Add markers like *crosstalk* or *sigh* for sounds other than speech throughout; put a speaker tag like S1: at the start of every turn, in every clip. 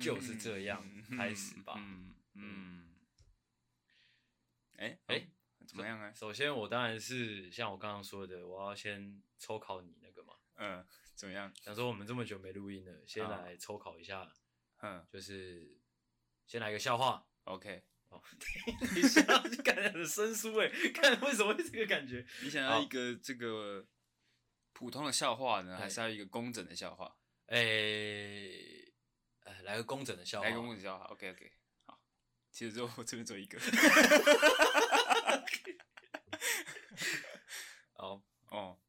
S1: 就是这样开始吧。
S2: 嗯嗯，哎
S1: 哎
S2: 哎，怎么样啊？
S1: 首先，我当然是像我刚刚说的，我要先抽考你那个嘛。
S2: 嗯，怎么样？
S1: 想说我们这么久没录音了，先
S2: 啊
S1: 来抽考一下，
S2: 嗯
S1: 就是先来一个
S2: *laughs*
S1: 笑话。
S2: ，OK。
S1: 你笑，你感觉很生疏哎，看为什么会这个感觉？
S2: 你想要一个这个普通的笑话呢，
S1: 哎
S2: 还是要一个工整的笑话？
S1: 哎、呃，来个工整的笑话。
S2: 来一个工整的笑话，OK OK。好，其实只有我这边只有一个。
S1: 好，
S2: 哦，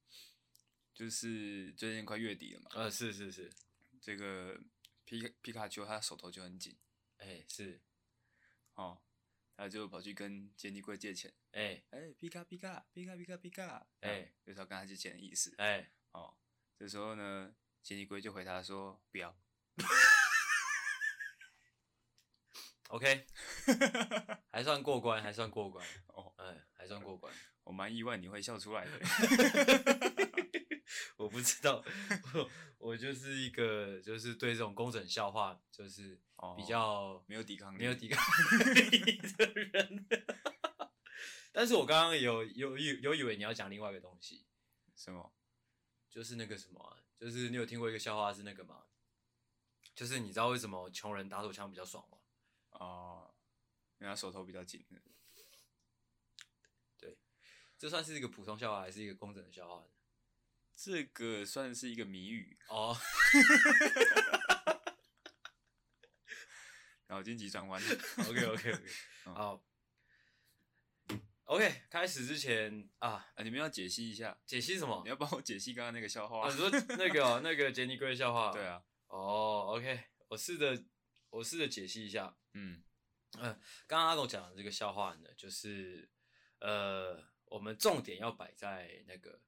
S2: 就是最近快月底了嘛，
S1: 呃，是是是，
S2: 这个皮皮卡丘他手头就很紧
S1: 哎、是，
S2: 哦，他就跑去跟杰尼龟借钱，
S1: 哎、
S2: 哎、皮卡皮卡皮卡皮卡皮卡，
S1: 哎
S2: 哎、就是要跟他借钱的意思
S1: 哎、
S2: 哦。这时候呢，杰尼龟就回答说不要， *laughs*
S1: OK，还算过关，还算过关。
S2: 哦，
S1: 哎，还算过关。
S2: 我蛮意外你会笑出来的，
S1: 我不知道，我我就是一个就是对这种工整笑话就是
S2: 哦，
S1: *laughs* 比较
S2: 没有抵抗力，
S1: 没有抵抗力的人。 *laughs* 但是我刚刚有有有有以为你要讲另外一个东西，
S2: 什么
S1: 就是那个什么啊、就是你有听过一个笑话是那个吗？就是你知道为什么穷人打手枪比较爽吗？
S2: 哦，因为他手头比较紧，
S1: 这算是一个普通笑话还是一个工整的笑话呢？
S2: 这个算是一个谜语。
S1: 哦，
S2: 然后经济
S1: *laughs*
S2: 转弯，
S1: OK OK OK，
S2: *laughs* 嗯
S1: 好。OK，开始之前啊，
S2: 啊，你们要解析一下，
S1: 解析什么
S2: 你？要帮我解析刚刚那个笑话
S1: 啊，你。说那个哦、那个杰尼龟的笑
S2: *laughs*
S1: 话？
S2: 对。啊，
S1: 哦，OK，我试着我试着解析一下。
S2: 嗯，
S1: 刚刚阿狗讲的这个笑话呢，就是呃，我们重点要摆在那个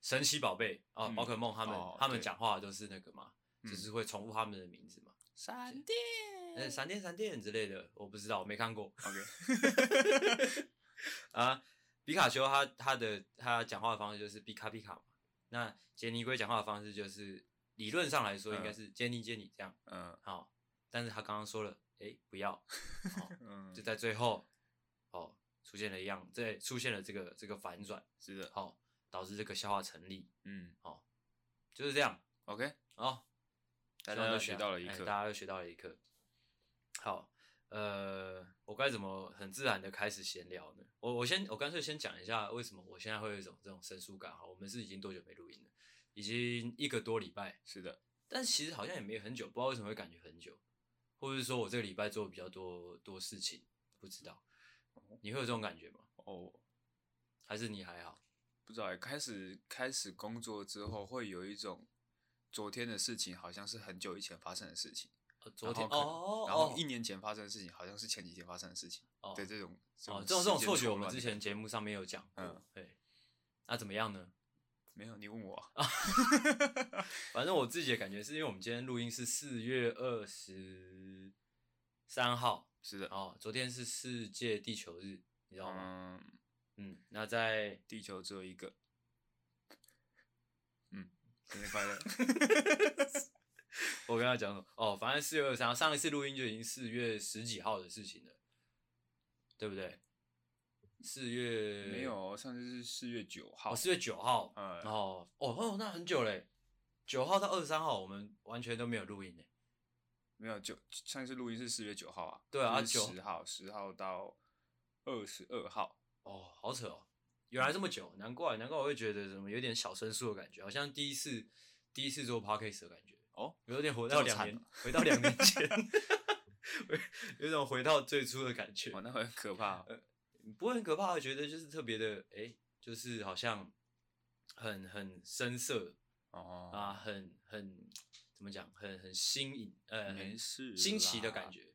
S1: 神奇宝贝啊，
S2: 嗯
S1: 宝可梦他们、
S2: 哦
S1: 他们
S2: 对
S1: 讲话都是那个嘛，
S2: 嗯
S1: 就是会重复他们的名字嘛，
S2: 闪电嗯
S1: 呃，闪电闪电之类的，我不知道，我没看过。
S2: ，OK，
S1: *laughs* 啊，皮卡丘他他的他讲话的方式就是皮卡皮卡嘛，那杰尼龟讲话的方式就是理论上来说应该是杰尼杰尼这样，
S2: 嗯
S1: 好、但是他刚刚说了，诶，不要，哦，
S2: 嗯
S1: 就，在最后，哦，出现了一样，这出现了这个这个反转，
S2: 是的，
S1: 好、导致这个笑话成立，
S2: 嗯
S1: 就是这样，
S2: ，OK，
S1: 哦，
S2: 大家
S1: 希望
S2: 都学到了一
S1: 哎
S2: 课，
S1: 大家都学到了一课，好。呃，我该怎么很自然的开始闲聊呢？我我先我干脆先讲一下为什么我现在会有一种这种生疏感哈。我们是已经多久没录音了？已经一个多礼拜，
S2: 是的，
S1: 但其实好像也没很久，不知道为什么会感觉很久，或者是说我这个礼拜做比较多多事情，不知道。你会有这种感觉吗？
S2: 哦，
S1: 还是你还好？
S2: 不知道欸，开始开始工作之后，会有一种昨天的事情好像是很久以前发生的事情，
S1: 呃，昨天
S2: 然
S1: 哦
S2: 后可然
S1: 哦
S2: 后一年前发生的事情好像是前几天发生的事情，
S1: 哦
S2: 对这种
S1: 哦，这种这种
S2: 时间
S1: 错觉我
S2: 乱
S1: 们
S2: 的
S1: 之前节目上面有讲过，
S2: 嗯
S1: 对。那怎么样呢？
S2: 没有，你问我啊，
S1: 反正我自己的感觉是因为我们今天录音是四月二十三号
S2: 是的，
S1: 哦，昨天是世界地球日，你知道吗？
S2: 嗯，
S1: 嗯，那在
S2: 地球只有一个，嗯，生日
S1: *laughs*
S2: 快乐，
S1: 我跟他讲什么哦，反正四月二十三，上一次录音就已经四月十几号的事情了，对不对？四月
S2: 没有，哦上次是四月九号
S1: 哦，，四月九号，
S2: 嗯
S1: 哦哦哦，那很久嘞，九号到二十三号我们完全都没有录音嘞，
S2: 没有九，上一次录音是四月九号啊，
S1: 对啊九
S2: 十号，十号到二十二号，
S1: 哦，好扯哦，原来这么久，难怪难怪我会觉得怎么有点小生疏的感觉，好像第一次第一次做 podcast 的感觉，
S2: 哦，
S1: 有点回
S2: 这么
S1: 到两
S2: 惨
S1: 年
S2: 吗，
S1: 回到两年
S2: *laughs*
S1: 前，回有种回到最初的感觉
S2: 哇，，那会很可怕
S1: *laughs* 呃
S2: 哦、
S1: 不会很可怕，我觉得就是特别的，哎、就是好像很很深色
S2: 哦
S1: 啊，，很很怎么讲，很很新颖，呃，
S2: 没
S1: 很
S2: 事，
S1: 新奇的感。觉。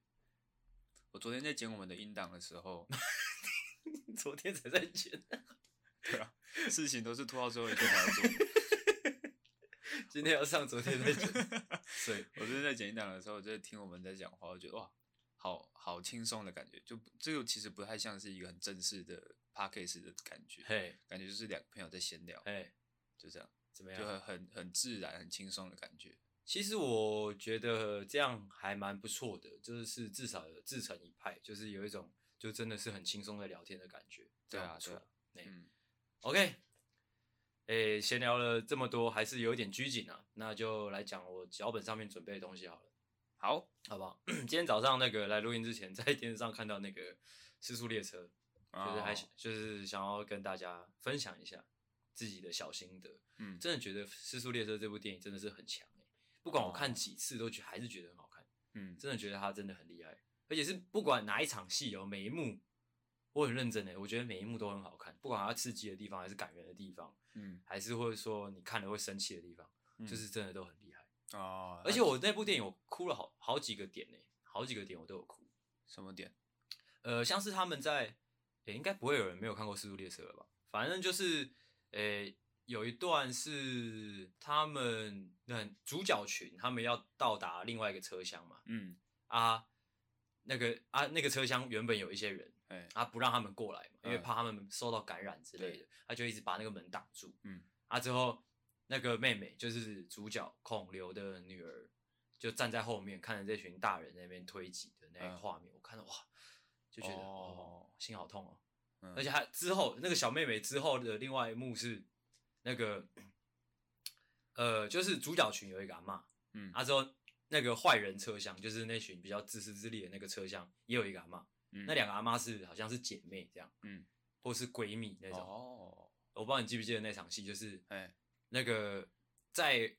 S1: *laughs*
S2: 我昨天在剪我们的音档的时候，
S1: 昨天才在剪，
S2: 对啊，事情都是拖到最后一天才要做。
S1: 今天要上，昨
S2: *laughs*
S1: 天在剪，对，
S2: 我昨天在剪音档的时候，我就在听我们在讲话，我觉得哇，好好轻松的感觉，就不这个其实不太像是一个很正式的 p a c k a g e 的感觉，
S1: 嘿，
S2: 感觉就是两个朋友在闲聊，
S1: 嘿，
S2: 就这样，
S1: 怎么
S2: 就很
S1: 样？
S2: 很很自然、很轻松的感觉。
S1: 其实我觉得这样还蛮不错的，就是至少有自成一派，就是有一种就真的是很轻松的聊天的感觉。这
S2: 对
S1: 样
S2: 啊
S1: 不错
S2: 对啊
S1: 哎
S2: 嗯，
S1: OK，诶、闲聊了这么多，还是有一点拘谨啊，那就来讲我脚本上面准备的东西好了。
S2: 好，
S1: 好不好？ *clears throat* 今天早上那个来录音之前，在电视上看到那个《失速列车》，就是还
S2: 哦
S1: 是就是想要跟大家分享一下自己的小心得。
S2: 嗯，
S1: 真的觉得《失速列车》这部电影真的是很强、欸、不管我看
S2: 哦
S1: 几次都觉还是觉得很好看，
S2: 嗯，
S1: 真的觉得他真的很厉害，而且是不管哪一场戏哦，每一幕我很认真欸诶、我觉得每一幕都很好看，不管它刺激的地方，还是感人的地方，
S2: 嗯，
S1: 还是或者说你看了会生气的地方，
S2: 嗯
S1: 就是真的都很厉害。
S2: 哦，
S1: 而
S2: 那
S1: 且我那部电影我哭了好好几个点呢、欸好几个点我都有哭。
S2: 什么点？
S1: 呃，像是他们在，也、应该不会有人没有看过《速度列车》了吧？反正就是，呃、有一段是他们那主角群他们要到达另外一个车厢嘛，
S2: 嗯，
S1: 啊，那个啊那个车厢原本有一些人
S2: 哎，
S1: 啊不让他们过来嘛，因为
S2: 嗯
S1: 怕他们受到感染之类的
S2: 对，
S1: 他就一直把那个门挡住。
S2: 嗯，
S1: 啊之后那个妹妹就是主角孔刘的女儿，就站在后面看着这群大人在那边推挤的那个
S2: 嗯
S1: 画面，我看到哇，就觉得哦
S2: 哦
S1: 心好痛哦。
S2: 嗯
S1: 而且还之后那个小妹妹之后的另外一幕是那个呃，就是主角群有一个阿嬷。
S2: 嗯
S1: 啊之后那个坏人车厢，就是那群比较自私自利的那个车厢，也有一个阿妈，
S2: 嗯
S1: 那两个阿妈是好像是姐妹这样，
S2: 嗯，
S1: 或是闺蜜那种。
S2: 哦，
S1: 我不知道你记不记得那场戏，就是
S2: 哎，
S1: 那个在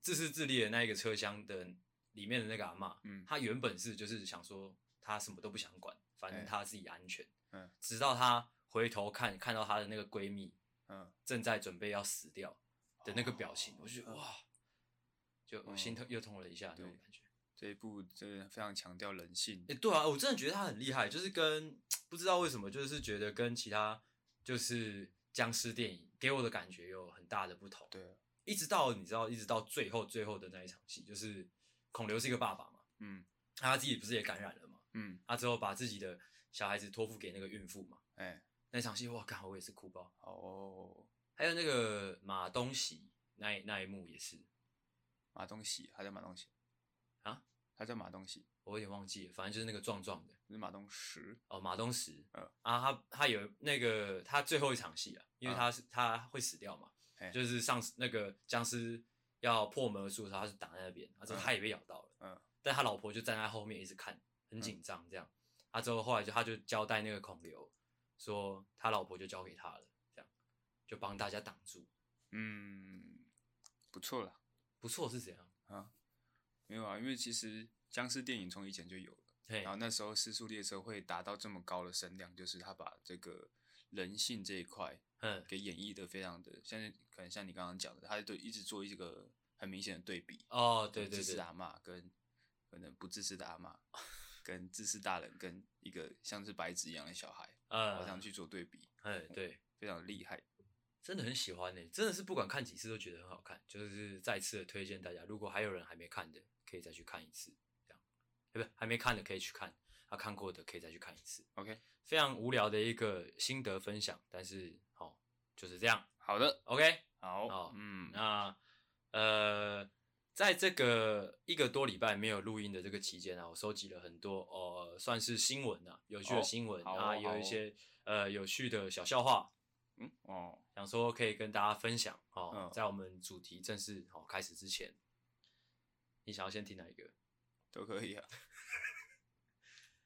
S1: 自私自利的那一个车厢的里面的那个阿妈，
S2: 嗯
S1: 她原本是就是想说她什么都不想管，反正
S2: 哎
S1: 她自己安全。
S2: 嗯
S1: 直到她回头看看到她的那个闺蜜
S2: 嗯，
S1: 正在准备要死掉的那个表情，我就觉得
S2: 哦
S1: 哇，就我心
S2: 哦
S1: 痛又痛了一下那种
S2: 对
S1: 感觉。
S2: 这一部真的非常强调人性
S1: 诶，，对啊，我真的觉得他很厉害，就是跟不知道为什么，就是觉得跟其他就是僵尸电影给我的感觉有很大的不同。，
S2: 对，啊
S1: 一直到你知道，一直到最后最后的那一场戏，就是孔刘是一个爸爸嘛，
S2: 嗯
S1: 他自己不是也感染了嘛，
S2: 嗯，
S1: 啊他之后把自己的小孩子托付给那个孕妇嘛，
S2: 哎，
S1: 那场戏哇，看我也是哭爆。
S2: 好哦，
S1: 还有那个马东锡那一那一幕也是，
S2: 马东锡，他叫马东锡
S1: 啊，
S2: 他叫马东锡，
S1: 我有点忘记了，反正就是那个壮壮的
S2: 不是马东石，
S1: 哦，马东石，
S2: 嗯
S1: 啊，他他有那个他最后一场戏啊，因为他是、他会死掉嘛，
S2: 哎
S1: 就是上那个僵尸要破门而出的时候，他是挡在那边，啊，之后
S2: 嗯
S1: 他也被咬到了，
S2: 嗯
S1: 但他老婆就站在后面一直看，很紧张这样，啊，之后后来就他就交代那个孔刘说他老婆就交给他了，这样就帮大家挡住，
S2: 嗯，不错了。
S1: 不错是怎样？
S2: 没有啊，因为其实僵尸电影从以前就有了，
S1: 嘿
S2: 然，后那时候《失速列车》会达到这么高的声量，就是他把这个人性这一块
S1: 嗯，
S2: 给演绎的非常的，像是可能像你刚刚讲的，他就一直做一个很明显的对比，
S1: 哦，对对
S2: 自私
S1: 对
S2: 的，阿嬷跟可能不自私的阿嬷跟自私大人跟一个像是白纸一样的小孩，好像
S1: 嗯，
S2: 去做对比，
S1: 哎，对。
S2: 非常厉害。
S1: 真的很喜欢呢、真的是不管看几次都觉得很好看，就是再次的推荐大家，如果还有人还没看的，可以再去看一次，这样，哎对不对？还没看的可以去看，啊，看过的可以再去看一次。
S2: OK，
S1: 非常无聊的一个心得分享，但是好、哦、就是这样
S2: 好的，
S1: ，OK。
S2: 好，
S1: 好
S2: 嗯，
S1: 那呃，在这个一个多礼拜没有录音的这个期间啊，我收集了很多呃，算是新闻啊，有趣的
S2: 哦
S1: 新闻、
S2: 好哦
S1: 啊，
S2: 好
S1: 有
S2: 哦
S1: 一些呃有趣的小笑话，
S2: 嗯，哦，
S1: 想说可以跟大家分享哦，
S2: 嗯
S1: 在我们主题正式哦开始之前，你想要先听哪一个？
S2: 都可以啊，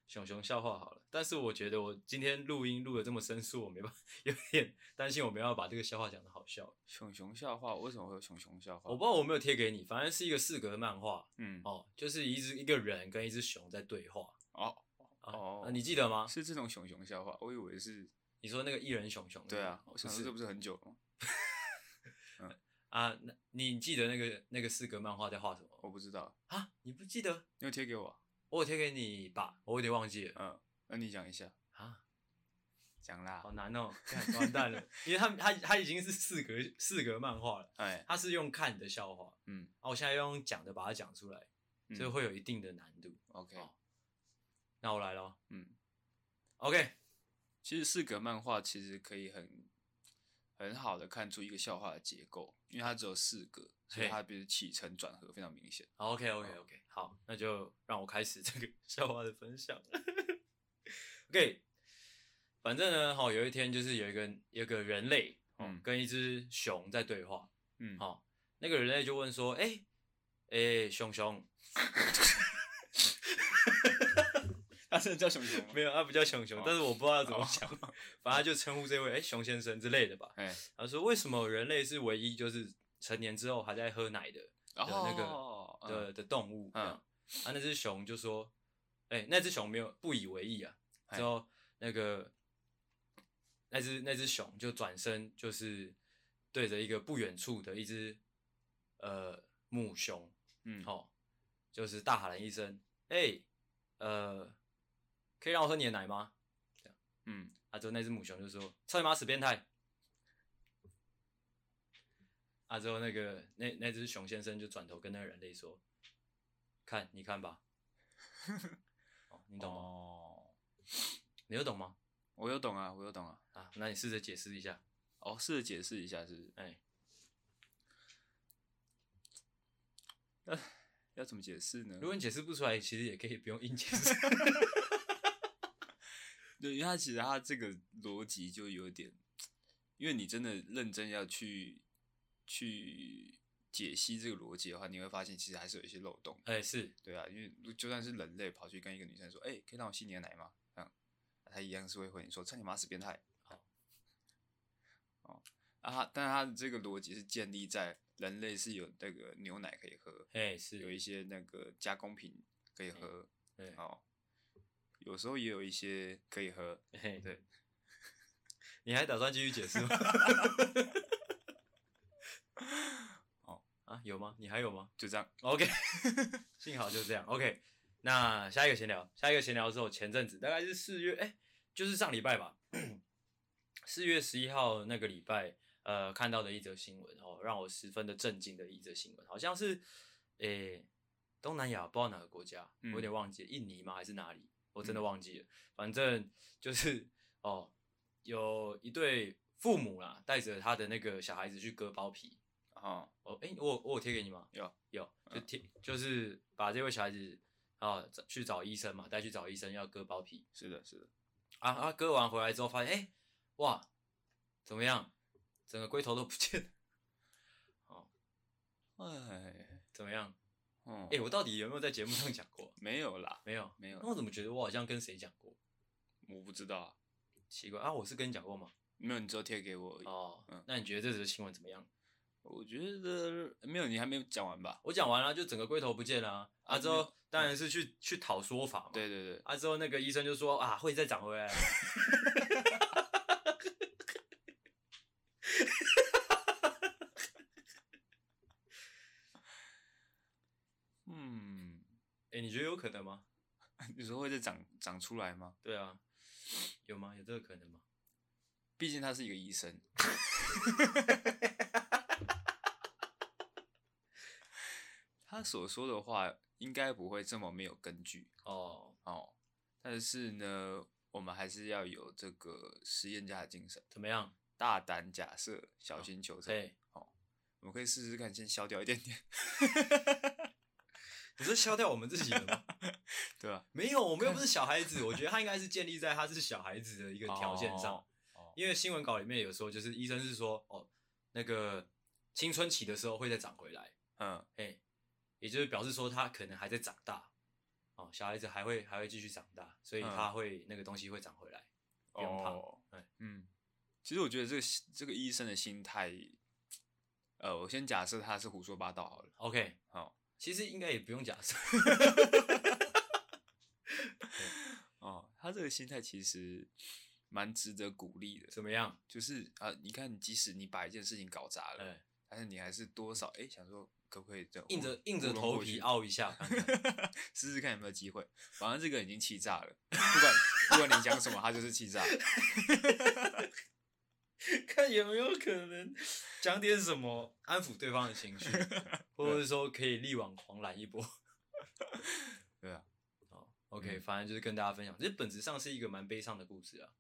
S1: 熊熊笑话好了，但是我觉得我今天录音录的这么生疏，我没办法， *laughs* 有点担心我没办法把这个笑话讲的好笑。
S2: 熊熊笑话，为什么会有熊熊笑话？
S1: 我不知道我有没有贴给你，反正是一个四格漫画
S2: 嗯，
S1: 哦，就是一只一个人跟一只熊在对话
S2: 哦，
S1: 啊
S2: 哦
S1: 啊你记得吗？
S2: 是这种熊熊笑话，我以为是。
S1: 你说那个一人熊熊
S2: 对啊，我
S1: 哦不
S2: 想说这
S1: 是
S2: 不是很久了吗？
S1: 啊？那你记得那个那个四格漫画在画什么
S2: 我不知道，
S1: 啊？你不记得？
S2: 你有贴给我啊？
S1: 我有贴给你吧，我有点忘记了
S2: 嗯，那你讲一下，
S1: 啊。
S2: 讲啦
S1: 好。难哦，干
S2: *laughs*
S1: 完蛋了，因为他他他已经是四格四格漫画了，
S2: 哎，
S1: 他是用看的笑话，
S2: 嗯
S1: 啊，我现在要用讲的把它讲出来，
S2: 嗯
S1: 所以会有一定的难度。
S2: ，OK，
S1: 好那我来咯
S2: 嗯，
S1: o k
S2: 其实四格漫画其实可以很很好的看出一个笑话的结构，因为它只有四个，所以
S1: 嘿
S2: 它比如起承转合非常明显。
S1: 好，OK OK OK，好，那就让我开始这个笑话的分享。OK，反正呢，好，有一天就是有一个有一个人类，嗯
S2: 嗯，
S1: 跟一只熊在对话，
S2: 嗯，
S1: 好、那个人类就问说，哎、哎、熊熊，
S2: 它真的叫熊熊吗？
S1: 没有，他不叫熊熊，
S2: 哦
S1: 但是我不知道要怎么
S2: 哦
S1: 讲， *laughs* 反正他就称呼这位哎、熊先生之类的吧。
S2: 哎，
S1: 他说为什么人类是唯一就是成年之后还在喝奶的
S2: 然后
S1: 那个的、的动物？嗯，
S2: 哦嗯
S1: 啊，那只熊就说，哎、那只熊没有不以为意啊。
S2: 哎
S1: 之后那个那只那只熊就转身，就是对着一个不远处的一只呃母熊，
S2: 嗯，
S1: 哦，就是大喊了一声，哎、呃，可以让我喝你的奶吗？
S2: 嗯，
S1: 啊，之后那只母熊就说：“操你妈死变态！”啊，之后那个那那只熊先生就转头跟那个人类说：“看，你看吧。哦”你
S2: 你
S1: 懂吗？
S2: 哦，
S1: 你有懂吗？
S2: 我有懂啊，我有懂啊。
S1: 啊，那你试着解释一下。
S2: 哦，试着解释一下是不是，
S1: 哎，
S2: 要怎么解释呢？
S1: 如果你解释不出来，其实也可以不用硬解释。 *laughs*
S2: 对，因为它其实它这个逻辑就有点，因为你真的认真要去去解析这个逻辑的话，你会发现其实还是有一些漏洞。
S1: 哎，是
S2: 对啊，因为如就算是人类跑去跟一个女生说：“哎、可以让我吸你的奶吗？”这样，她一样是会回你说：“操你妈死变态！”
S1: 好，
S2: 哦，啊，她但是她的这个逻辑是建立在人类是有那个牛奶可以喝，
S1: 哎
S2: 有一
S1: 是，
S2: 些那个加工品可以喝，
S1: 嗯对，
S2: 哦，有时候也有一些可以喝，
S1: 嘿，
S2: 对，
S1: *laughs* 你还打算继续解释吗？ *laughs*
S2: 哦
S1: 啊，有吗？你还有吗？
S2: 就这样。
S1: OK，幸好就这样。OK，那下一个闲聊，下一个闲聊之后，前阵子大概是四月，哎、就是上礼拜吧，四月十一号那个礼拜，呃，看到的一则新闻哦，让我十分的震惊的一则新闻，好像是，诶、东南亚不知道哪个国家，我有
S2: 嗯
S1: 点忘记了，印尼吗还是哪里？我真的
S2: 嗯
S1: 忘记了，反正就是哦，有一对父母啦，带着他的那个小孩子去割包皮，
S2: 哦，
S1: 哦，哎、我有我有贴给你吗？
S2: 有
S1: 有，就
S2: 嗯
S1: 贴就是把这位小孩子啊找去找医生嘛，带去找医生要割包皮
S2: 是的，是的，
S1: 啊啊，割完回来之后发现，哎、哇，怎么样？整个龟头都不见了，
S2: 哎，
S1: 怎么样？
S2: 哦，
S1: 哎、我到底有没有在节目上讲过？
S2: 没有啦，
S1: 没有，
S2: 没有
S1: 那我怎么觉得我好像跟谁讲过？
S2: 我不知道啊，
S1: 奇怪啊，我是跟你讲过吗？
S2: 没有，你只有贴给我而已。
S1: 哦，
S2: 嗯
S1: 那你觉得这则新闻怎么样？
S2: 我觉得没有，你还没有讲完吧？
S1: 我讲完了，就整个龟头不见了啊，啊
S2: 啊
S1: 之
S2: 没有
S1: 后当然是去去讨说法嘛。
S2: 对对对，
S1: 啊，之后那个医生就说啊，会 *laughs* 再长回来。
S2: 嗯，
S1: *laughs* 哎、你觉得有可能吗？
S2: 你说会再长长出来吗？
S1: 对啊，有吗？有这个可能吗？
S2: 毕竟他是一个医生。 *laughs* 他所说的话应该不会这么没有根据
S1: 哦，
S2: 哦，但是呢，我们还是要有这个实验家的精神，
S1: 怎么样？
S2: 大胆假设，小心求证。
S1: 哦对，
S2: 我们可以试试看，先消掉一点点，
S1: 你是消掉我们自己的吗？ *laughs*
S2: 对吧？
S1: 没有，我们又不是小孩子。我觉得他应该是建立在他是小孩子的一个条件上，
S2: 哦哦
S1: 因为新闻稿里面有说，就是医生是说，哦，那个青春期的时候会再长回来，
S2: 嗯，
S1: 哎、也就是表示说他可能还在长大，哦，小孩子还会还会继续长大，所以
S2: 嗯
S1: 他会、那个东西会长回来。不用怕
S2: 哦
S1: 哎
S2: 嗯，其实我觉得这个这个医生的心态，呃，我先假设他是胡说八道好了。
S1: OK，
S2: 好，
S1: 其实应该也不用假设， *laughs*
S2: 哦，他这个心态其实蛮值得鼓励的，
S1: 怎么样？
S2: 就是啊、你看，即使你把一件事情搞砸了，
S1: 哎、
S2: 但是你还是多少哎、想说可不可以这样
S1: 硬着硬着
S2: 糊弄
S1: 头
S2: 过
S1: 皮
S2: 去
S1: 凹一下 *laughs* 看看
S2: *laughs* 试试看有没有机会。反正这个已经气炸了，不管不管你讲什么，他就是气炸了。
S1: 看有没有可能讲点什么安抚对方的情绪，或者是说可以力挽狂澜一波。 *laughs*
S2: 对啊，
S1: 哦，OK，、
S2: 嗯
S1: 反正就是跟大家分享，这本质上是一个蛮悲伤的故事啊。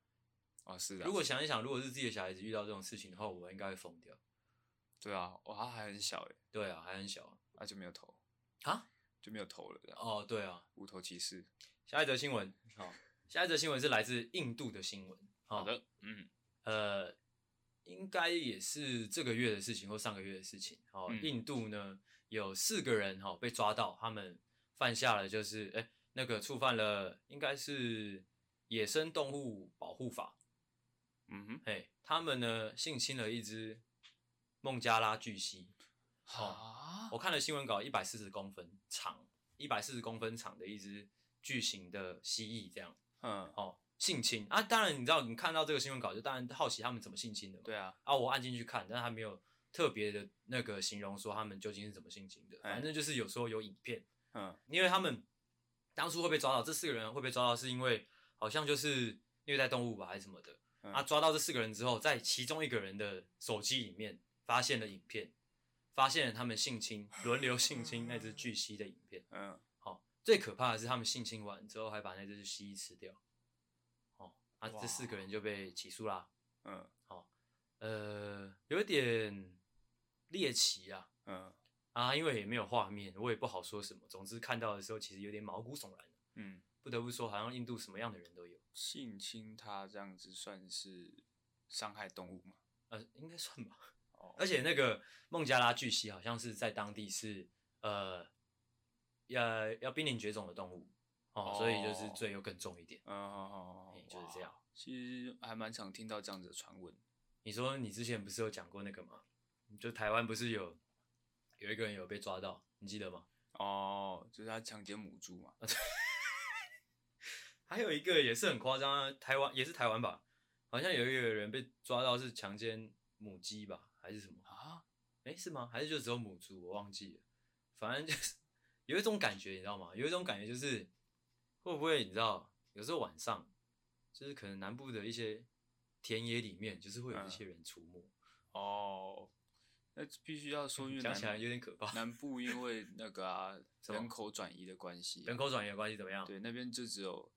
S2: 啊，是的啊，
S1: 如果想一想，如果是自己的小孩子遇到这种事情的话，我应该会疯掉。
S2: 对啊，哇，他还很小哎，
S1: 对啊，还很小
S2: 啊就没有投，
S1: 啊。
S2: 就没有投了，这样
S1: 哦，对啊。
S2: 无头骑士。
S1: 下一则新闻，好、下一则新闻是来自印度的新闻。好、
S2: 好，的，嗯，
S1: 呃，应该也是这个月的事情或上个月的事情。哦，
S2: 嗯
S1: 印度呢有四个人哈、哦、被抓到，他们犯下了就是哎那个触犯了应该是野生动物保护法，
S2: 嗯哼，
S1: 嘿，他们呢性侵了一只孟加拉巨蜥，好
S2: 啊
S1: 我看了新闻稿，一百四十公分长，一百四十公分长的一只巨型的蜥蜴这样。
S2: 嗯，
S1: 哦，性侵啊！当然，你知道你看到这个新闻稿，就当然好奇他们怎么性侵的嘛。
S2: 对啊，
S1: 啊，我按进去看，但是他没有特别的那个形容说他们究竟是怎么性侵的，
S2: 哎
S1: 反正就是有时候有影片，
S2: 嗯，
S1: 因为他们当初会被抓到，这四个人会被抓到是因为好像就是虐待动物吧，还是什么的。
S2: 嗯
S1: 啊，抓到这四个人之后，在其中一个人的手机里面发现了影片，发现了他们性侵、轮流性侵那只巨蜥的影片。
S2: 嗯，
S1: 好、最可怕的是他们性侵完之后还把那只蜥蜴吃掉。哦，啊，
S2: 哇
S1: 这四个人就被起诉啦。
S2: 嗯，
S1: 呃，有一点猎奇啊
S2: 嗯，
S1: 啊，因为也没有画面，我也不好说什么。总之看到的时候，其实有点毛骨悚然。
S2: 嗯，
S1: 不得不说，好像印度什么样的人都有。
S2: 性侵他这样子算是伤害动物吗？
S1: 呃，应该算吧。
S2: 哦
S1: 而且那个孟加拉巨蜥好像是在当地是呃要要濒临绝种的动物哦，所以就是
S2: 哦
S1: 罪又更重一点。
S2: 嗯，好好好
S1: 哎，就是这。样
S2: 哇其实还蛮常听到这样子的传闻。
S1: 你说你之前不是有讲过那个吗？就台湾不是有有一个人有被抓到，你记得吗？
S2: 哦，就是他强奸母猪
S1: 呃
S2: 嘛。
S1: 还有一个也是很夸张啊，台湾也是台湾吧，好像有一个人被抓到是强奸母鸡吧，还是什么？
S2: 啊，
S1: 诶，是吗？还是就只有母猪？我忘记了。反正就是有一种感觉，你知道吗？有一种感觉就是会不会你知道，有时候晚上就是可能南部的一些田野里面，就是会有这
S2: 嗯
S1: 些人出没，
S2: 哦，那必须要说，因为
S1: 讲起来
S2: 南
S1: 有点可怕。
S2: 南部因为那个
S1: *laughs*
S2: 啊
S1: 么
S2: 人口转移的关系，啊
S1: 人口转移啊的关系怎么样？
S2: 对那边就只有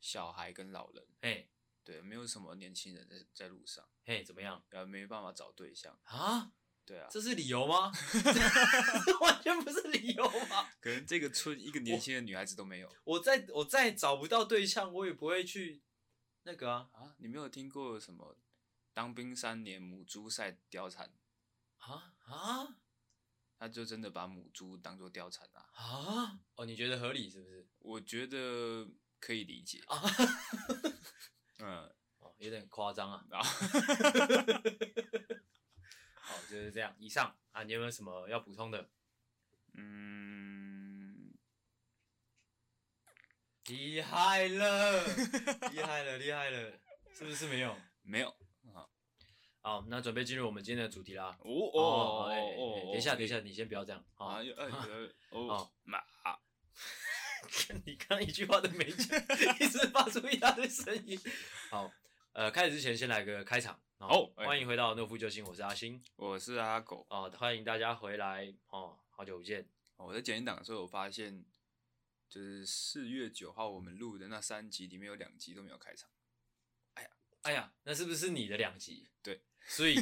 S2: 小孩跟老人，
S1: 嘿，
S2: 对，没有什么年轻人在在路上，
S1: 嘿，怎么样
S2: 呃，没办法找对象，
S1: 啊？
S2: 对啊，
S1: 这是理
S2: *laughs*
S1: 由吗？这完全不是理由吧！
S2: 可能这个村一个年轻的女孩子都没有
S1: 我再我再找不到对象，我也不会去那个啊
S2: 啊。你没有听过什么当兵三年母猪赛貂蝉？
S1: 啊啊
S2: 他就真的把母猪当做貂蝉啊，
S1: 啊！哦，你觉得合理是不是？
S2: 我觉得可以理解
S1: 啊，
S2: *laughs* 嗯，
S1: 哦，有点夸张啊。
S2: 然后
S1: 好，就是这样。以上啊，你有没有什么要补充的？
S2: 嗯，
S1: 厉害了，厉害了，厉害了，是不是没有？
S2: 没有
S1: 好，那准备进入我们今天的主题啦。
S2: 哦哦
S1: 哎哎
S2: 哦
S1: 哎
S2: 哦，
S1: 等一下，等一下，你先不要这样啊
S2: 啊，！有呃有
S1: 哦
S2: 哦妈啊，
S1: *laughs* 你刚刚一句话都没讲，一直发出一大堆声
S2: *laughs*
S1: 音。好，呃，开始之前先来个开场。哦
S2: 好哎
S1: 欢迎回到诺夫救星，我是阿星
S2: 我是阿狗。哦
S1: 啊、欢迎大家回来哦，好久不见。
S2: 我在剪音档的时候，我发现就是四月九号我们录的那三集里面有两集都没有开场。
S1: 哎呀，那是不是你的两集？
S2: 对，*laughs*
S1: 所以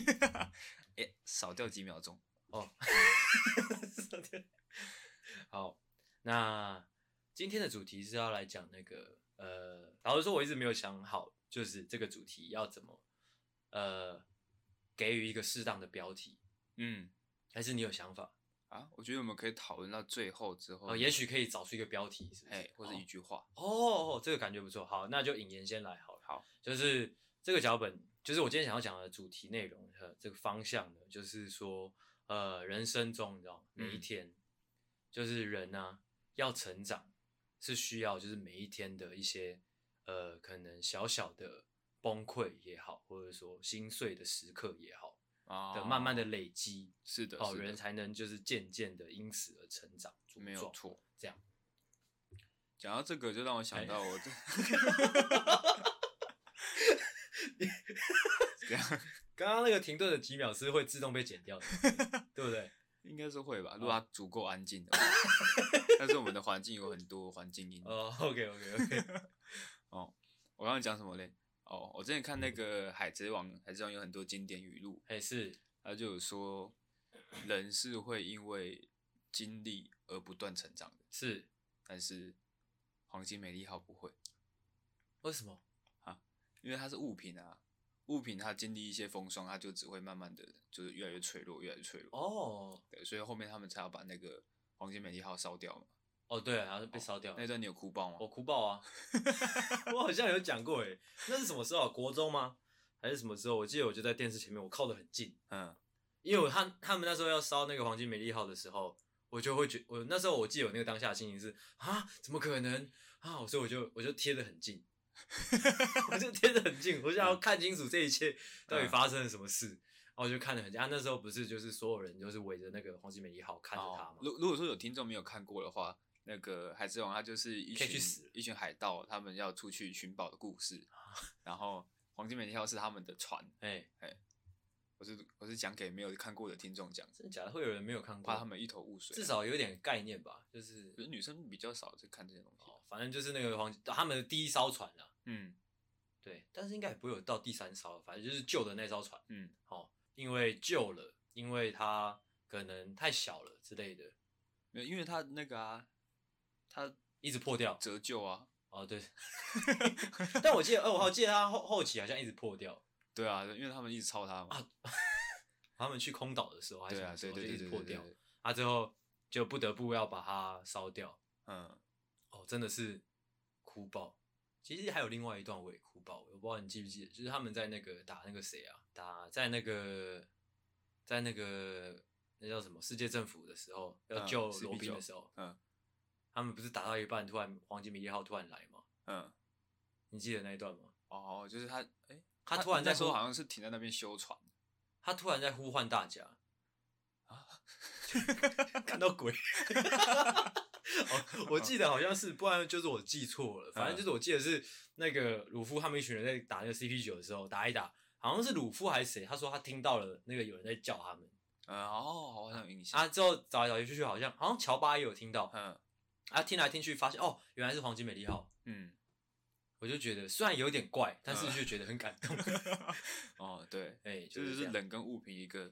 S2: 哎、少掉几秒钟。
S1: 哦，好，那今天的主题是要来讲那个呃，老实说，我一直没有想好，就是这个主题要怎么呃给予一个适当的标题，
S2: 嗯，
S1: 还是你有想法？
S2: 啊，我觉得我们可以讨论到最后之后，
S1: 哦，也许可以找出一个标题，是不
S2: 哎
S1: 是，？
S2: 或者一句话。
S1: 哦哦，这个感觉不错。好，那就引言先来好了。
S2: 好，
S1: 就是这个脚本，就是我今天想要讲的主题内容呃，这个方向呢，就是说，呃，人生中你知道吗，每一
S2: 嗯
S1: 天，就是人呢、要成长，是需要就是每一天的一些呃，可能小小的崩溃也好，或者说心碎的时刻也好，
S2: 啊
S1: 的慢慢的累积，
S2: 是的，
S1: 哦，
S2: 是的
S1: 人才能就是渐渐的因此而成长茁壮，
S2: 没有错。
S1: 这样。
S2: 讲到这个，就让我
S1: 哎
S2: 想到我这，这样
S1: 刚刚那个停顿的几秒是会自动被
S2: *laughs*
S1: 剪掉的，对不对？
S2: 应该是会吧，如果它足够安静的话。但是我们的
S1: 哦
S2: 环境有很多环境音。 *laughs*
S1: 哦、o k OK OK，
S2: 我刚刚讲什么嘞？哦，我之前看那个《海贼王》，《海贼王》有很多经典语录，
S1: 哎、是，
S2: 他就有说，人是会因为经历而不断成长的，
S1: 是
S2: 但是黄金美丽号不会，
S1: 为什么？
S2: 因为它是物品啊，物品它经历一些风霜，它就只会慢慢的就是越来越脆弱，越来越脆弱。
S1: 哦
S2: 对，所以后面他们才要把那个黄金美丽号烧掉嘛。
S1: 哦，对啊，然后被烧掉了
S2: 那。段你有哭爆吗？
S1: 我哭爆
S2: *laughs*
S1: 啊！我好像有讲过诶，那是什么时候啊？国中吗？还是什么时候？我记得我就在电视前面，我靠得很近，
S2: 嗯，
S1: 因为我他他们那时候要烧那个黄金美丽号的时候，我就会觉我那时候我记得我那个当下的心情是啊，怎么可能啊？所以我就我就贴得很近，我就贴得很近，我想
S2: 嗯
S1: 要看清楚这一切到底发生了什么事。然后我就看得很近，啊，那时候不是就是所有人就是围着那个黄金美丽号看着他
S2: 好
S1: 嘛，，
S2: 如如果说有听众没有看过的话，那个《海贼王》它就是一
S1: 可以去
S2: 群
S1: 死啊
S2: 一群海盗，他们要出去寻宝的故事。然后黄金美丽号是他们的船，
S1: 哎、
S2: 我是我是讲给没有看过的听众讲，
S1: 真的假的？会有人没有看过？
S2: 怕他们一头雾水。啊
S1: 至少有点概念吧，就是
S2: 可是女生比较少在看这些东西。
S1: 哦，反正就是那个黄他们的第一艘船啊，
S2: 嗯
S1: 对，但是应该也不会有到第三艘，反正就是旧的那艘船，
S2: 嗯，
S1: 哦，因为旧了，因为它可能太小了之类的，
S2: 没有，因为他那个啊，他
S1: 一直破掉。
S2: 折旧啊，
S1: 哦，对， *laughs* 但我记得，哎、我好像记得它后后期好像一直破掉。
S2: 对啊，因为他们一直抄他
S1: 啊
S2: 嘛。
S1: 他们去空岛的时候还是
S2: 对
S1: 什
S2: 啊，
S1: 么时
S2: 对
S1: 候就
S2: 对
S1: 一
S2: 对
S1: 直
S2: 对
S1: 破
S2: 对
S1: 掉，
S2: 对
S1: 啊，最后就不得不要把它烧掉。
S2: 嗯，
S1: 哦，真的是哭爆。其实还有另外一段我也哭爆，我不知道你记不记得，就是他们在那个打那个谁啊，打在那个在那个那叫什么世界政府的时候，要
S2: 嗯
S1: 救
S2: ，CP9
S1: 罗宾的时候，
S2: 嗯
S1: 他们不是打到一半，突然黄金迷恋号突然来吗？
S2: 嗯，
S1: 你记得那一段吗？
S2: 哦，就是他，哎、
S1: 他突然在
S2: 那时候
S1: 呼
S2: 好像是停在那边修船，
S1: 他突然在呼唤大家
S2: *laughs*
S1: 啊，看到鬼。哦，我记得好像是，不然就是我记错了。反正就是我记得是那个鲁夫他们一群人在打那个 CP 九的时候，打一打，好像是鲁夫还是谁，他说他听到了那个有人在叫他们。
S2: 嗯，哦，好像有印象，
S1: 啊，之后找来找去去，好像好像乔巴也有听到，
S2: 嗯
S1: 啊，听来听去发现哦，原来是黄金美丽号。
S2: 嗯，
S1: 我就觉得虽然有点怪，但是就觉得很感
S2: *laughs*
S1: 动。
S2: 哦，对，
S1: 哎，
S2: 就是是
S1: 这样，
S2: 人跟物品一个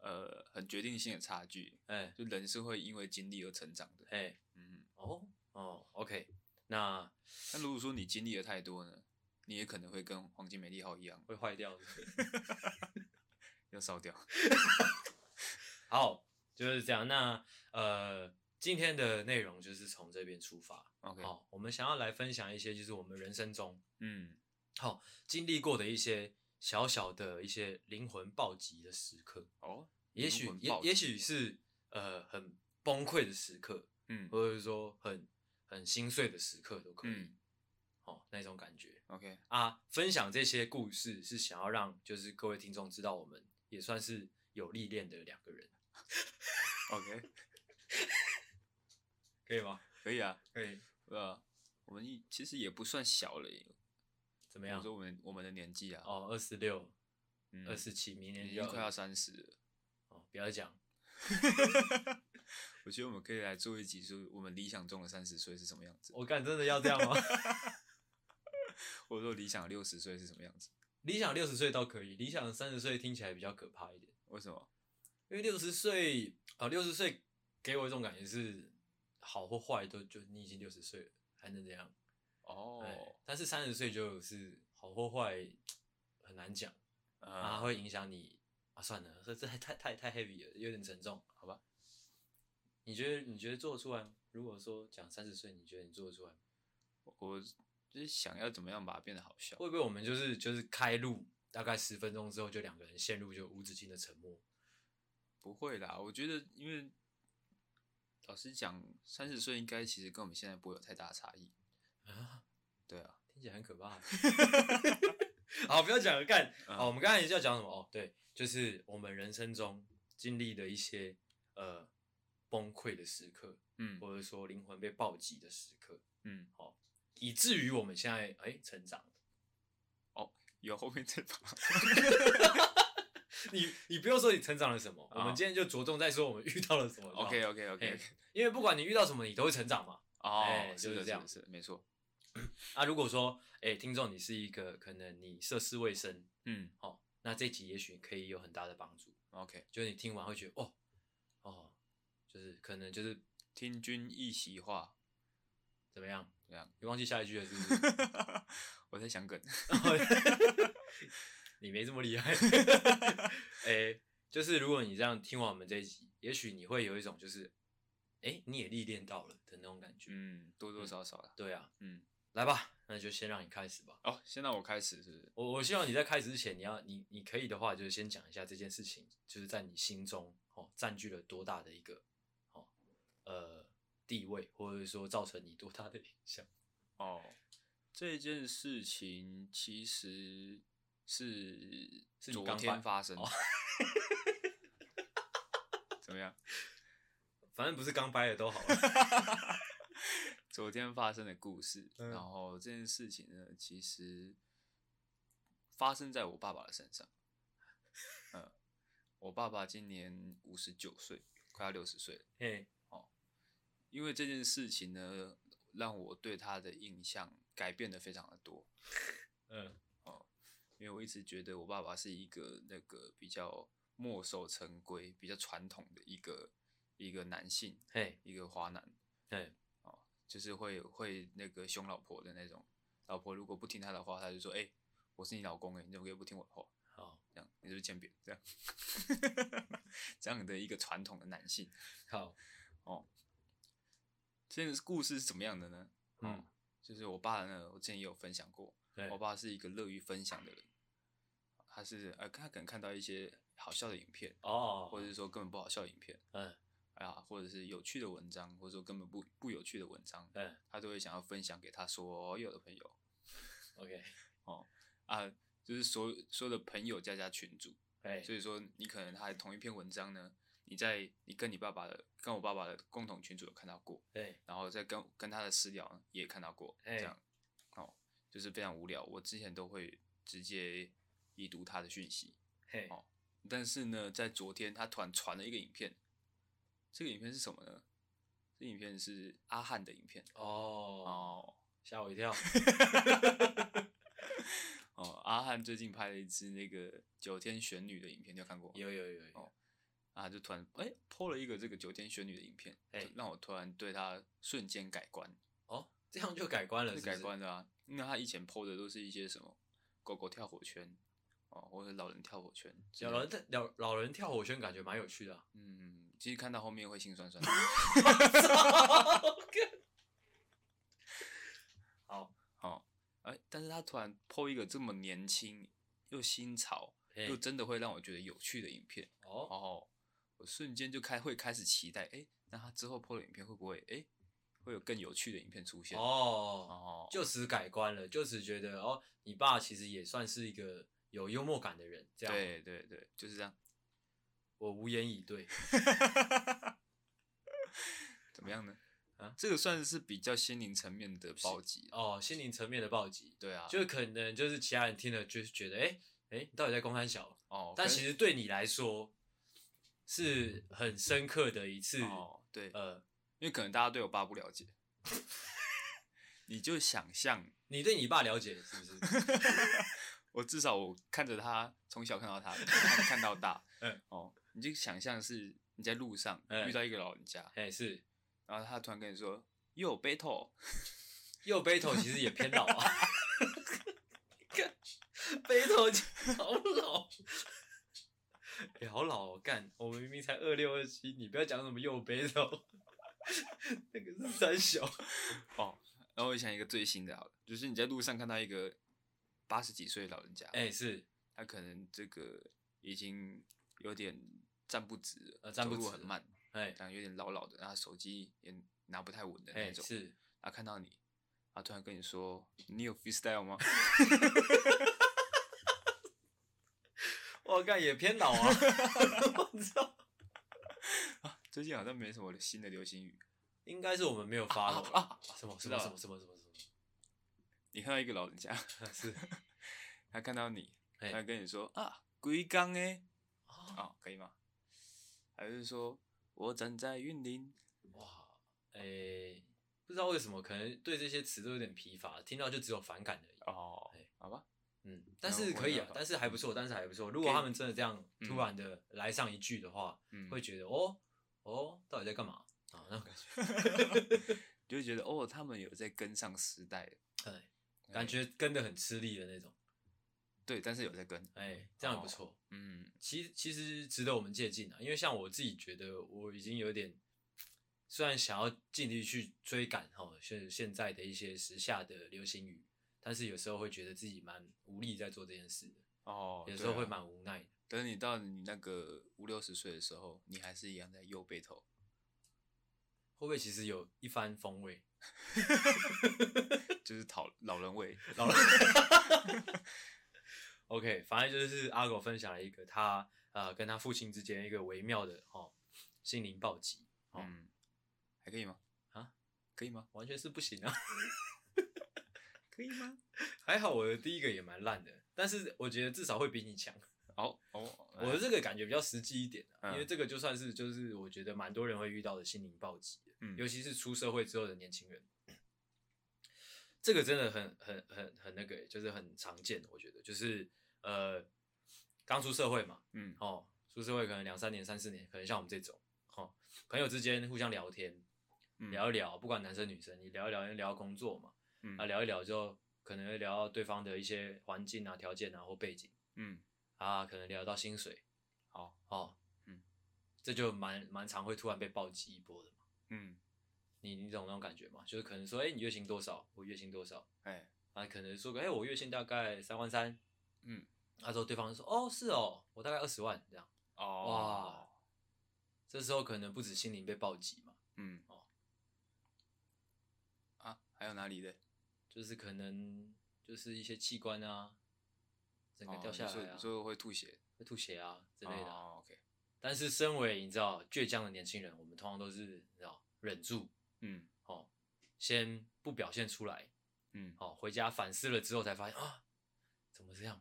S2: 呃很决定性的差距，
S1: 哎
S2: 就人是会因为经历而成长的，
S1: 哎，
S2: 嗯，
S1: 哦哦，OK，那
S2: 那如果说你经历的太多呢，你也可能会跟黄金美丽号一样
S1: 会坏掉的。
S2: 要烧掉，
S1: 好，就是这样。那呃，今天的内容就是从这边出发。
S2: ，OK，
S1: 好，我们想要来分享一些，就是我们人生中
S2: 嗯
S1: 经历过的一些小小的一些灵魂暴击的时刻，
S2: 哦，
S1: 也许
S2: 灵魂
S1: 也
S2: 暴击
S1: 也许是呃很崩溃的时刻，
S2: 嗯
S1: 或者是说很很心碎的时刻都可以。
S2: 嗯
S1: 哦，那种感觉
S2: ，OK，
S1: 啊，分享这些故事是想要让就是各位听众知道，我们也算是有历练的两个人，
S2: OK，
S1: 可以吗？
S2: *laughs* 可以啊，
S1: 可以，
S2: 对啊，我们一其实也不算小了耶，
S1: 怎么
S2: 我
S1: 样？
S2: 说我们我们的年纪啊，
S1: 哦，二十六、
S2: 嗯
S1: 二十七，明年
S2: 已
S1: 就
S2: 经快要三十了。
S1: 哦，不要讲，
S2: 我觉得我们可以来做一集，说我们理想中的三十岁是什么样子，
S1: 我干真的要这样吗？ *laughs*
S2: 或者说理想六十岁是什么样子？
S1: 理想六十岁倒可以，理想三十岁听起来比较可怕一点，
S2: 为什么？
S1: 因为六十岁啊，六十岁给我一种感觉是好或坏都就你已经六十岁了，还能怎样？哎
S2: 哦，
S1: 但是三十岁就是好或坏很难讲，啊，
S2: 啊，
S1: 会影响你啊。算了，这这太太太太 heavy 了，有点沉重，好吧？你觉得你觉得做得出来吗？如果说讲三十岁，你觉得你做得出来吗？
S2: 我就是想要怎么样把它变得好笑。
S1: 会不会我们就是就是开录大概十分钟之后，就两个人陷入就无止境的沉默？
S2: 不会啦，我觉得因为老实讲，三十岁应该其实跟我们现在不会有太大的差异。
S1: 啊，
S2: *laughs* 对啊，
S1: 听起来很
S2: *laughs*
S1: 可怕。好，不要讲了，干。
S2: 嗯
S1: 好，我们刚才也是要讲什么？哦，对，就是我们人生中经历的一些呃崩溃的时刻，
S2: 嗯
S1: 或者说灵魂被暴击的时刻，
S2: 嗯，
S1: 以至于我们现在哎、成长。
S2: 有后面
S1: *laughs*
S2: 再吧。
S1: 你你不用说你成长了什么，
S2: 好
S1: 我们今天就着重在说我们遇到了什么。
S2: 啊
S1: *laughs*
S2: OK OK OK，
S1: 因为不管你遇到什么，你都会成长嘛。
S2: 哦
S1: 哎，
S2: 是
S1: 就是
S2: 的
S1: 这样
S2: 是的，是的没错。
S1: 啊，如果说，哎、听众你是一个可能你涉世未深，
S2: 嗯
S1: 哦，那这集也许可以有很大的帮助，
S2: ，OK，
S1: 就是你听完会觉得，哦，哦，就是可能就是
S2: 听君一席话，
S1: 怎么样？
S2: 这样。 *laughs*
S1: 你忘记下一句了是不是？ *laughs*
S2: 我在想梗，
S1: 你没这么厉害。 *laughs* 哎、就是如果你这样听完我们这一集，也许你会有一种就是，哎、你也历练到了的那种感觉。
S2: 嗯，多多少少啦。
S1: 对啊，
S2: 嗯，
S1: 来吧，那就先让你开始吧。
S2: 哦，现在我开始是不是？
S1: 我我希望你在开始之前，你要你你可以的话，就是先讲一下这件事情，就是在你心中哦占据了多大的一个哦呃地位，或者说造成你多大的影响。
S2: 哦，这件事情其实是
S1: 是你
S2: 昨
S1: 刚
S2: 天
S1: 办
S2: 发生的
S1: 哦。
S2: 怎么样？
S1: 反正不是刚掰的都好了。 *laughs*
S2: 昨天发生的故事，
S1: 嗯
S2: 然后这件事情呢，其实发生在我爸爸的身上。嗯，我爸爸今年五十九岁，快要六十岁了。
S1: 嘿，
S2: 因为这件事情呢，让我对他的印象改变的非常的多。
S1: 嗯，
S2: 因为我一直觉得我爸爸是一个那个比较墨守成规、比较传统的一个一个男性，
S1: 嘿，
S2: 一个华男。
S1: 嘿，
S2: 就是会会那个凶老婆的那种。老婆如果不听他的话，他就说：“哎、我是你老公哎、你怎么可以不听我的话
S1: 好，？”
S2: 这样你是不是欠扁？这样 *laughs* 这样的一个传统的男性。哦
S1: 好，
S2: 这个故事是怎么样的呢？
S1: 嗯
S2: 哦，就是我爸呢，我之前也有分享过，
S1: 对
S2: 我，爸是一个乐于分享的人。他是呃，他可能看到一些好笑的影片，
S1: 哦，
S2: 或者是说根本不好笑的影片
S1: 嗯
S2: 啊，或者是有趣的文章，或者说根本不不有趣的文章，
S1: 嗯
S2: 他都会想要分享给他所有的朋友。
S1: ，OK，
S2: 啊，就是所有所有的朋友加加群主，
S1: 哎，
S2: 所以说你可能他同一篇文章呢，你在你跟你爸爸的跟我爸爸的共同群主有看到过，
S1: 对，
S2: 然后再跟跟他的私聊呢也看到过，
S1: 哎
S2: 这样，哦，就是非常无聊。我之前都会直接已读他的讯息，
S1: 嘿，
S2: 哦但是呢，在昨天他突然传了一个影片，这个影片是什么呢？这影片是阿汉的影片
S1: 哦，
S2: 哦
S1: 吓我
S2: *laughs*
S1: 一跳，
S2: 哦，阿汉最近拍了一支那个九天玄女的影片，你有看过吗？
S1: 有有有有，
S2: 哦啊，就突然哎抛、了一个这个九天玄女的影片，
S1: 哎
S2: 让我突然对她瞬间改观，
S1: 哦，这样就改观了，
S2: 是
S1: 是不
S2: 改
S1: 是，
S2: 观的啊，因为她以前抛的都是一些什么狗狗跳火圈哦，或者老人跳火圈之类的，
S1: 老人老老人跳火圈感觉蛮有趣的啊，
S2: 嗯，其实看到后面会心酸酸的。
S1: 好，
S2: 哦，哎、但是她突然抛一个这么年轻又新潮
S1: 嘿
S2: 又，真的会让我觉得有趣的影片，
S1: 哦，
S2: 哦，我瞬间就开会开始期待，哎、那她之后抛的影片会不会哎、会有更有趣的影片出现？
S1: 哦，
S2: 哦，
S1: 就此改观了，就此觉得哦，你爸其实也算是一个有幽默感的人，这样，
S2: 对对对，就是这样。
S1: 我无言以对，
S2: 怎么样呢？
S1: 啊
S2: 这个算是比较心灵层面的暴击啊。
S1: 哦，心灵层面的暴击，
S2: 对啊，
S1: 就是可能就是其他人听了就是觉得，哎哎，你到底在公开小？
S2: 哦，
S1: 但
S2: 可
S1: 其
S2: 能
S1: 实对你来说是很深刻的一次，
S2: 哦，对，
S1: 呃，
S2: 因为可能大家对我爸不了解， *laughs* 你就想象
S1: 你对你爸了解是不是？ *laughs*
S2: 我至少我看着他从小看到大，看看到大，
S1: *laughs* 嗯，
S2: 哦，你就想象是你在路上
S1: 嗯
S2: 遇到一个老人家，
S1: 哎，是。
S2: 然后他突然跟你说哟 battle，
S1: 右背头其实也偏老 *laughs* 啊，干背头其实好老，哎，好老、哦，干，我明明才二六二七，你不要讲什么右背头，那个是三小，
S2: 哦，然后我想一个最新的好了，就是你在路上看到一个八十几岁的老人家，
S1: 哎、是，
S2: 他可能这个已经有点站不直了，
S1: 呃站不
S2: 走路
S1: 直
S2: 很
S1: 了
S2: 慢，
S1: 哎、
S2: 这样有点老老的，然后手机也拿不太稳的那
S1: 哎、
S2: 种。
S1: 是，
S2: 然啊后看到你，他突然跟你说：“你有 freestyle 吗 *laughs*
S1: 我干也偏老啊， *laughs* 我操，？”
S2: 最近好像没什么新的流行语。
S1: 应该是我们没有发了、 *laughs*
S2: 啊，
S1: 什么
S2: 知
S1: 什
S2: 道
S1: 么
S2: 了
S1: 什么什么什么什
S2: 你看到一个老人家，
S1: 么， *laughs* 是，
S2: 他看到你，
S1: 哎、
S2: 他跟你说：“啊，龟缸哎，
S1: 啊，
S2: 啊，可以吗？”还是说：“我站在云林。
S1: 哇，哎、不知道为什么，可能对这些词都有点疲乏，听到就只有反感而已。
S2: 哦
S1: 哎，
S2: 好吧，
S1: 嗯，但是可以啊，但是还不错，但是还不错。如果他们真的这样突然的来上一句的话，
S2: 嗯，
S1: 会觉得哦哦，到底在干嘛啊？那种感觉，
S2: 就会觉得哦，他们有在跟上时代，
S1: 哎，感觉跟的很吃力的那种，
S2: 对，但是有在跟，
S1: 哎，这样也不错。
S2: 嗯，
S1: 其其实值得我们借鉴啊，因为像我自己觉得我已经有点，虽然想要尽力去追赶哈现现在的一些时下的流行语，但是有时候会觉得自己蛮无力在做这件事的，
S2: 哦，
S1: 有时
S2: 对
S1: 候
S2: 啊
S1: 会蛮无奈的。
S2: 等你到你那个五六十岁的时候，你还是一样在右背头，
S1: 会不会其实有一番风味？
S2: 就是讨老人味。
S1: 老了。OK，反正就是阿狗分享了一个他呃跟他父亲之间一个微妙的哦心灵暴击，哦
S2: 嗯，还可以吗？
S1: 啊，
S2: 可以吗？
S1: 完全是不行啊。 *laughs*
S2: 可以吗？
S1: 还好我的第一个也蛮烂的，但是我觉得至少会比你强。
S2: 哦哦，
S1: 我的这个感觉比较实际一点、啊
S2: 嗯
S1: 因为这个就算是就是我觉得蛮多人会遇到的心灵暴击的，
S2: 嗯
S1: 尤其是出社会之后的年轻人，这个真的很很很很那个欸、就是很常见，我觉得就是呃刚出社会嘛，
S2: 嗯
S1: 哦，出社会可能两三年、三四年，可能像我们这种，哦，朋友之间互相聊天，
S2: 嗯
S1: 聊一聊，不管男生女生，你聊一聊，聊到工作嘛，
S2: 嗯
S1: 啊，聊一聊之后，可能会聊到对方的一些环境啊、条件啊或背景
S2: 嗯，
S1: 啊，可能聊到薪水。
S2: 好，
S1: 哦，
S2: 嗯，
S1: 这就蛮蛮常会突然被暴击一波的嘛。
S2: 嗯，
S1: 你你懂那种感觉吗？就是可能说，哎、你月薪多少？我月薪多少？
S2: 哎，
S1: 啊，可能说个，哎、我月薪大概三万三。
S2: 嗯，
S1: 啊，之后对方就说，哦，是哦，我大概二十万这样。
S2: 哦
S1: 哇，这时候可能不止心灵被暴击嘛，
S2: 嗯，
S1: 哦，
S2: 啊，还有哪里的？
S1: 就是可能就是一些器官啊，整个
S2: 哦
S1: 掉下
S2: 你说
S1: 来啊，
S2: 你说会吐血
S1: 会吐血啊之类的啊、
S2: 哦，OK，
S1: 但是身为你知道倔强的年轻人，我们通常都是你知道忍住
S2: 嗯
S1: 哦，先不表现出来，
S2: 嗯，
S1: 哦，回家反思了之后才发现啊，怎么这样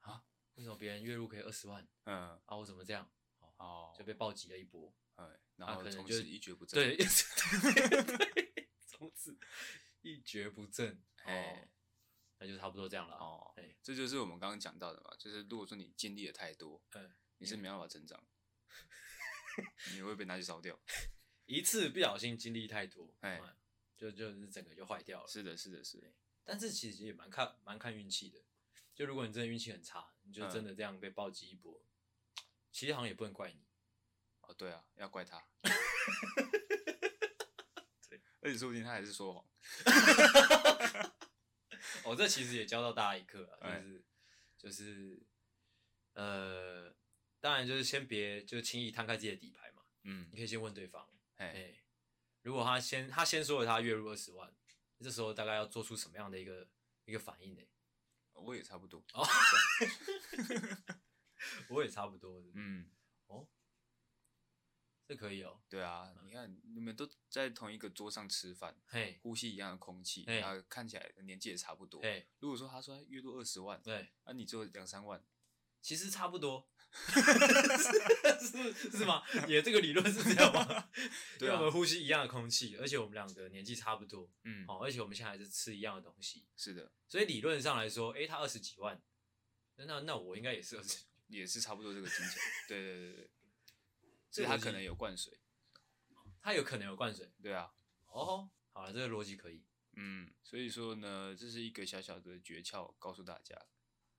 S1: 啊？为什么别人月入可以二十万
S2: 嗯，
S1: 啊？我怎么这样？哦，
S2: 哦，
S1: 就被暴击了一波。
S2: 哎，然后
S1: 可能
S2: 从
S1: 就
S2: 此一蹶不振。
S1: 对， *laughs* 对 *laughs* 从此一蹶不振。哦
S2: 哎，
S1: 那就差不多这样了。
S2: 哦
S1: 哎，
S2: 这就是我们刚刚讲到的嘛，就是如果说你经历的太多，
S1: 嗯，
S2: 你是没办法成长， *laughs* 你会被拿去烧掉。
S1: 一次不小心经历太多，
S2: 哎
S1: 嗯就就是整个就坏掉了。
S2: *laughs* 是的，是的，是的，
S1: 但是其实也蛮看蛮看运气的。就如果你真的运气很差，你就
S2: 嗯
S1: 真的这样被暴击一波，其实好像也不能怪你。
S2: 哦，对啊，要怪
S1: *laughs*
S2: 他。而且说不定他还是说谎。
S1: 哦，这其实也教到大家一课啊，
S2: 哎
S1: 就是就是呃，当然就是先别就轻易摊开自己的底牌嘛，
S2: 嗯
S1: 你，可以先问对方，哎、
S2: 哎，
S1: 如果他先他先说了他月入二十万，这时候大概要做出什么样的一个一个反应呢？
S2: 我也差不多。
S1: 哦，我也差不多的，
S2: 嗯，
S1: 这可以哦，
S2: 对啊，你看你们都在同一个桌上吃饭，
S1: 嘿，
S2: 呼吸一样的空气，
S1: 哎
S2: 然后看起来年纪也差不多。
S1: 嘿，
S2: 如果说他说他月入二十万，
S1: 对，
S2: 啊，你只有两三万，
S1: 其实差不多。 *laughs* 是是是吗？也这个理论是这样吗？
S2: *laughs* 对啊
S1: 因为我们呼吸一样的空气，而且我们两个年纪差不多，
S2: 嗯，
S1: 哦，而且我们现在还是吃一样的东西，
S2: 是的，
S1: 所以理论上来说，诶、他二十几万，那那我应该也是二十， *laughs*
S2: 也是差不多这个金钱。对对对对对，所
S1: 这
S2: 以他
S1: 逻辑
S2: 可能有灌水。
S1: 他有可能有灌水
S2: 对啊，
S1: 哦。好了，这个逻辑可以。
S2: 嗯，所以说呢，这是一个小小的诀窍，告诉大家。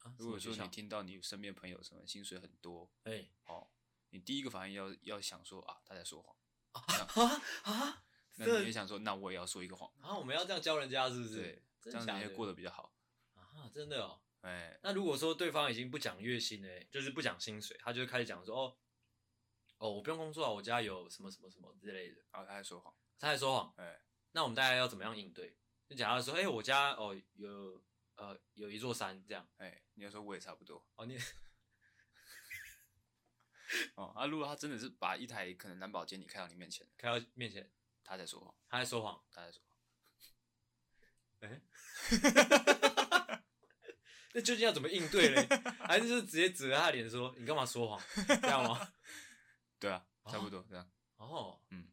S1: 啊、
S2: 如果
S1: 什
S2: 说
S1: 么学校
S2: 你听到你身边朋友什么薪水很多
S1: 哎、
S2: 哦，你第一个反应要要想说啊，他在说谎。
S1: 啊啊，
S2: 那
S1: 这
S2: 你也想说，那我也要说一个谎，
S1: 啊，我们要这样教人家是不是
S2: 对？，这样子
S1: 真
S2: 你
S1: 假
S2: 会
S1: 的
S2: 过得比较好。
S1: 啊，真的哦。
S2: 哎，
S1: 那如果说对方已经不讲月薪嘞、就是不讲薪水，他就开始讲说哦哦，我不用工作啊，我家有什么什么什么之类的，
S2: 啊然后他在说谎，
S1: 他还说谎。
S2: 哎，
S1: 那我们大概要怎么样应对？就假如说，哎、我家哦有呃有一座山这样，
S2: 哎，你要说我也差不多
S1: 哦你 *laughs*
S2: 哦。啊，如果他真的是把一台可能蓝宝坚尼开到你面前，
S1: 开到面前，
S2: 他在说谎，
S1: 他在说谎，
S2: 他在说谎，
S1: 那究竟要怎么应对嘞？还是就直接指着他的脸说：“你干嘛说谎？”这样吗？
S2: 对啊，差不多这样。
S1: 哦，
S2: *laughs* 嗯，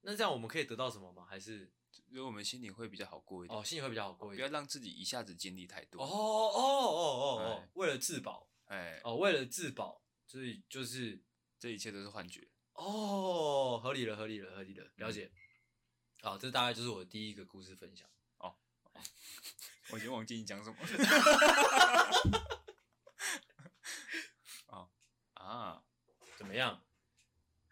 S1: 那这样我们可以得到什么吗？还是
S2: 因为我们心里会比较好过一点。
S1: 哦，心里会比较好过一
S2: 不要
S1: 点。
S2: 让自己一下子经历太多。
S1: 哦哦哦哦哦
S2: 哎，
S1: 为了自保
S2: 哎，
S1: 哦，为了自保，所以就是
S2: 这一切都是幻觉。
S1: 哦，合理了，合理了，合理了，了解。好，这大概就是我第一个故事分享。
S2: 我已经忘记你讲什么。 *laughs* 哦啊，
S1: 怎么样？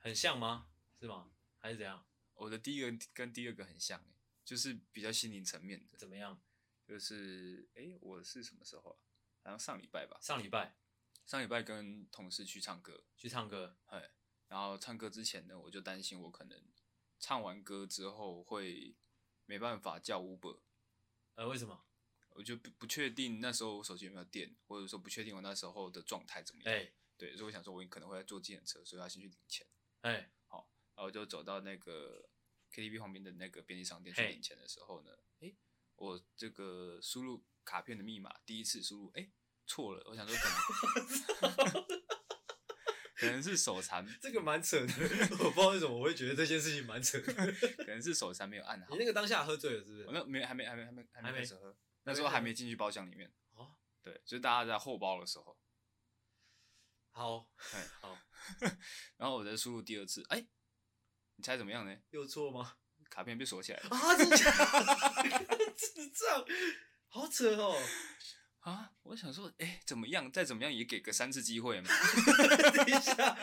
S1: 很像吗？是吗？还是怎样？
S2: 我的第一个跟第二个很像欸就是比较心灵层面的，
S1: 怎么样？
S2: 就是哎、诶我是什么时候啊？好像上礼拜吧，
S1: 上礼拜
S2: 上礼拜跟同事去唱歌，
S1: 去唱歌，
S2: 哎，然后唱歌之前呢，我就担心我可能唱完歌之后会没办法叫 Uber，
S1: 呃，为什么？
S2: 我就不不确定那时候我手机有没有电，或者说不确定我那时候的状态怎么样。
S1: 哎
S2: 对，所以我想说我可能会要坐计程车，所以我要先去领钱。
S1: 哎
S2: 然后我就走到那个 KTV 旁边的那个便利商店去
S1: 嘿
S2: 领钱的时候呢，诶，我这个输入卡片的密码第一次输入，诶，错了，我想说可能
S1: *laughs*
S2: 可能是手残，
S1: 这个蛮扯的， *laughs* 我不知道为什么我会觉得这件事情蛮扯的。
S2: 可能是手残没有按好
S1: 你。那个当下喝醉了是不
S2: 我
S1: 是？
S2: 那没还没还没还没还
S1: 还
S2: 没
S1: 没
S2: 开始喝，那时候还没进去包厢里面。
S1: 哦，
S2: 对，就是大家在后包的时候，
S1: 好
S2: 哎，
S1: 好，
S2: 然后我再输入第二次，诶，你猜怎么样呢？
S1: 又错吗？
S2: 卡片被锁起来了
S1: 啊，真的假的？ *laughs* 智障，好扯哦！
S2: 啊！我想说，诶，怎么样？再怎么样也给个三次机会嘛。
S1: 等一下，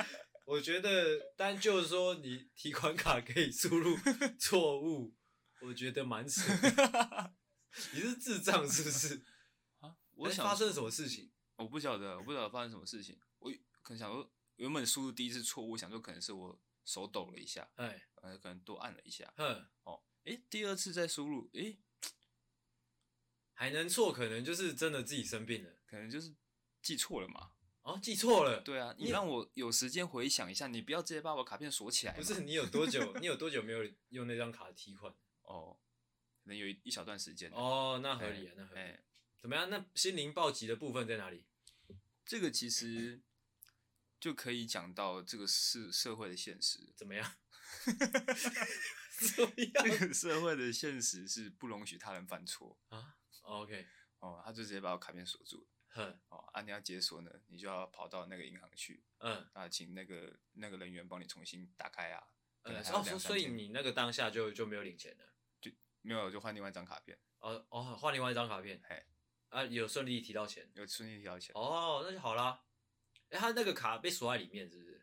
S1: 我觉得单就是说你提款卡可以输入错误， *laughs* 我觉得蛮扯的。你是智障是不是？
S2: 啊， *laughs* 我
S1: 哎
S2: 想
S1: 发
S2: 说
S1: 生了什么事情？
S2: 我不晓得，我不晓得发生什么事情。我可能想说，原本输入第一次错误，我想说可能是我手抖了一下，
S1: 哎，
S2: 呃，可能多按了一下。
S1: 哼，
S2: 哦，诶，第二次再输入，哎诶，
S1: 还能错，可能就是真的自己生病了。
S2: 可能就是记错了嘛。
S1: 哦，记错了。，
S2: 对啊，
S1: 你
S2: 你让我有时间回想一下，你不要直接把我卡片锁起来嘛。
S1: 不是你有
S2: *laughs*
S1: 多久？你有多久没有用那张卡提款？
S2: 哦，可能有一一小段时间。，
S1: 哦，那合理啊，那合理。
S2: 哎，
S1: 怎么样？那心灵暴击的部分在哪里？
S2: 这个其实就可以讲到这个社社会的现实。 *laughs*
S1: 怎么样？怎么
S2: *laughs* 这
S1: 样
S2: 个社会的现实是不容许他人犯错
S1: 啊？OK，
S2: 哦，他就直接把我卡片锁住了。
S1: 哼，
S2: 哦，啊，你要解锁呢，你就要跑到那个银行去，
S1: 嗯，
S2: 啊，请那个那个人员帮你重新打开啊。可
S1: 呃，
S2: 能还要
S1: 哦，所
S2: 两三
S1: 所以
S2: 天
S1: 你那个当下就就没有领钱了。
S2: 没有就换另外一张卡片，
S1: 哦哦，换另外一张卡片
S2: 嘿。
S1: 啊，有顺利提到钱。
S2: 有顺利一条钱，
S1: 哦，那就好啦。哎，他那个卡被锁在里面是不是？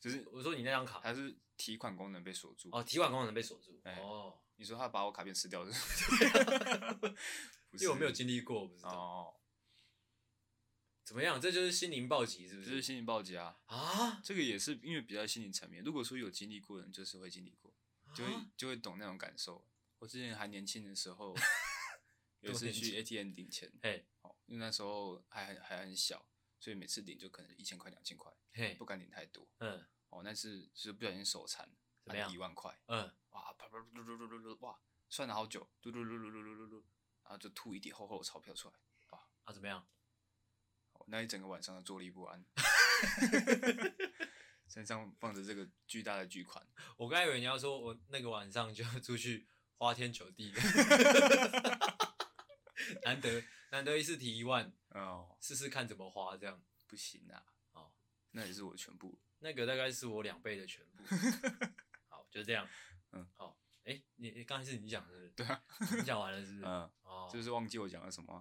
S2: 就是
S1: 我说你那张卡，
S2: 它是提款功能被锁住。
S1: 哦，提款功能被锁住。
S2: 哎
S1: 哦，
S2: 你说他把我卡片吃掉是 *laughs* 不是？
S1: 因为我没有经历过，我不知道。
S2: 哦，
S1: 怎么样？这就是心灵暴击，是
S2: 这
S1: 不
S2: 是
S1: 是？
S2: 心理暴击啊。
S1: 啊，
S2: 这个也是因为比较心理层面，如果说有经历过的人，就是会经历过，就会
S1: 啊
S2: 就会懂那种感受。我之前还年轻的时
S1: *laughs*
S2: 候，有一
S1: 多
S2: 次
S1: 年
S2: 去
S1: 轻
S2: ATM 领钱，
S1: 嘿，
S2: 哦，因为那时候还很还很小，所以每次领就可能一千块、两千块，
S1: 嘿
S2: 不，敢领太多。
S1: 嗯
S2: 哦，但是就是不小心手残，
S1: 怎么样
S2: 一万块，
S1: 嗯，
S2: 哇，啪啪嘟嘟嘟嘟嘟，哇，算了好久，嘟嘟嘟嘟嘟嘟嘟嘟，然后就吐一叠厚厚的钞票出来。
S1: 啊，怎么样？
S2: 我那一整个晚上都坐立不安， *laughs* 身上放着这个巨大的巨款，
S1: 我刚以为你要说我那个晚上就要出去花天酒地， *laughs* 难得难得一次提一万，
S2: 哦，
S1: 试试看怎么花这样。
S2: 不行啊，
S1: 哦，
S2: 那也是我全部。
S1: 那个大概是我两倍的全
S2: *laughs*
S1: 部。好，就这样。
S2: 嗯，
S1: 好。哎、你你刚才是你讲的是不是，
S2: 对啊，
S1: 你讲完了是不是？
S2: 嗯，
S1: 哦，
S2: 就是忘记我讲了什么啊，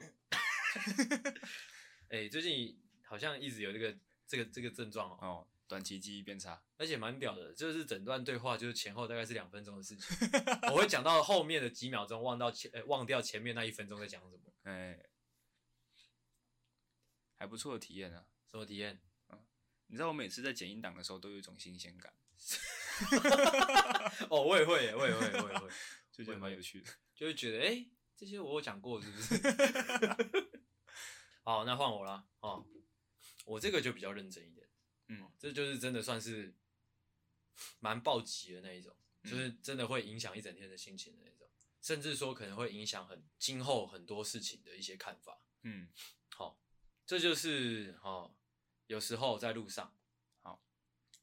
S1: 哎、最近好像一直有这个这个这个症状哦，
S2: 哦，短期记忆变差，
S1: 而且蛮屌的，就是整段对话就是前后大概是两分钟的事情，
S2: *laughs*
S1: 我会讲到后面的几秒钟，忘到前、呃忘掉前面那一分钟在讲什么，
S2: 哎，还不错的体验啊。
S1: 什么体验？
S2: 你知道我每次在剪音档的时候都有一种新鲜感，
S1: 哦，我也会耶，我也会，我也
S2: *laughs*
S1: 会，
S2: 就觉得蛮有趣的。
S1: 就会觉得哎、诶这些我有讲过是不是？好，那换我啦。哦，我这个就比较认真一点，
S2: *laughs* 嗯，
S1: 这就是真的算是蛮暴击的那一种，
S2: 嗯
S1: 就是真的会影响一整天的心情的那种，甚至说可能会影响很今后很多事情的一些看法。
S2: 嗯，
S1: 好、这就是哦，有时候在路上，
S2: 好，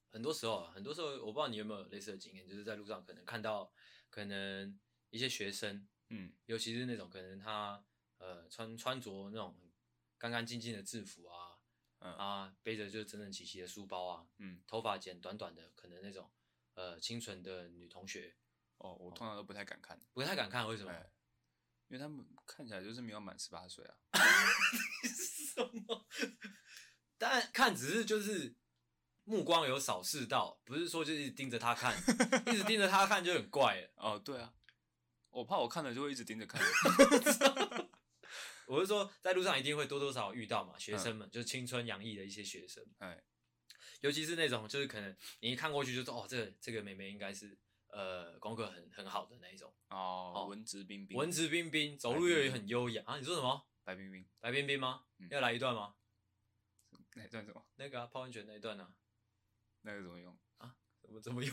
S1: 很多时候啊，很多时候我不知道你有没有类似的经验，就是在路上可能看到可能一些学生，
S2: 嗯
S1: 尤其是那种可能他呃穿穿着那种干干净净的制服啊，
S2: 嗯
S1: 啊背着就是整整齐齐的书包啊，
S2: 嗯，
S1: 头发剪短短的，可能那种呃清纯的女同学，
S2: 哦，我通常都不太敢看，
S1: 不太敢看，为什么？ *laughs*
S2: 哎因为他们看起来就是没有满十八岁啊。
S1: 什么？ *laughs* 但看只是就是目光有扫视到，不是说就一直盯着他
S2: *laughs*
S1: 看，一直盯着他看就很怪了。
S2: 哦，对啊，我怕我看了就会一直盯着 *laughs* 看。
S1: 我是说，在路上一定会多多少少遇到嘛，学生们、就是青春洋溢的一些学生，
S2: 嗯哎，
S1: 尤其是那种就是可能你一看过去就说哦，这个这个妹妹应该是呃功课很很好的那一种，
S2: 哦
S1: 哦，
S2: 文质彬彬，
S1: 文质彬彬，走路又很优雅啊。你说什么？
S2: 白冰冰，
S1: 白冰冰吗？
S2: 嗯
S1: 要来一段吗？
S2: 那算什么？
S1: 那个、啊、泡温泉那一段啊，
S2: 那个怎么用？
S1: 怎么怎么用？ *laughs*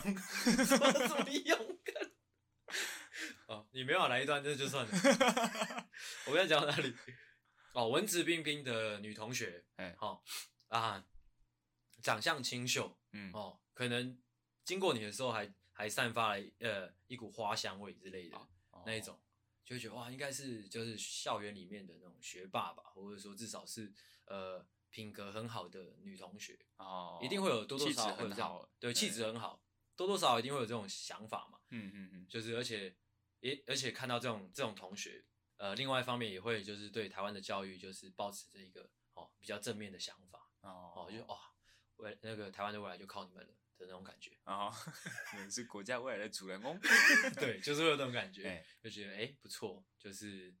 S1: 怎么怎么用？ *laughs* 哦，你没有来一段，这就算了。 *laughs* 我刚才讲到哪里？哦，文质彬彬的女同学，
S2: 哎
S1: 好、啊，长相清秀
S2: 嗯，
S1: 哦，可能经过你的时候还还散发了呃一股花香味之类的、
S2: 哦
S1: 那一种，就会觉得哇，应该是就是校园里面的那种学霸吧，或者说至少是呃品格很好的女同学，
S2: 哦，
S1: 一定会有多多
S2: 气质
S1: 少少会有
S2: 很
S1: 这样
S2: 好，
S1: 对，气质很好，多多少少一定会有这种想法嘛。
S2: 嗯嗯嗯，
S1: 就是而且也而且看到这种这种同学，呃，另外一方面也会就是对台湾的教育就是抱持着一个哦比较正面的想法
S2: 哦
S1: 哦，就是哇、未那个台湾的未来就靠你们了的那种感觉， *laughs*
S2: 啊，你们是国家未来的主人翁。
S1: 对，就是会有这种感
S2: *laughs*
S1: 觉，
S2: 哎
S1: 就觉得哎、不错，就是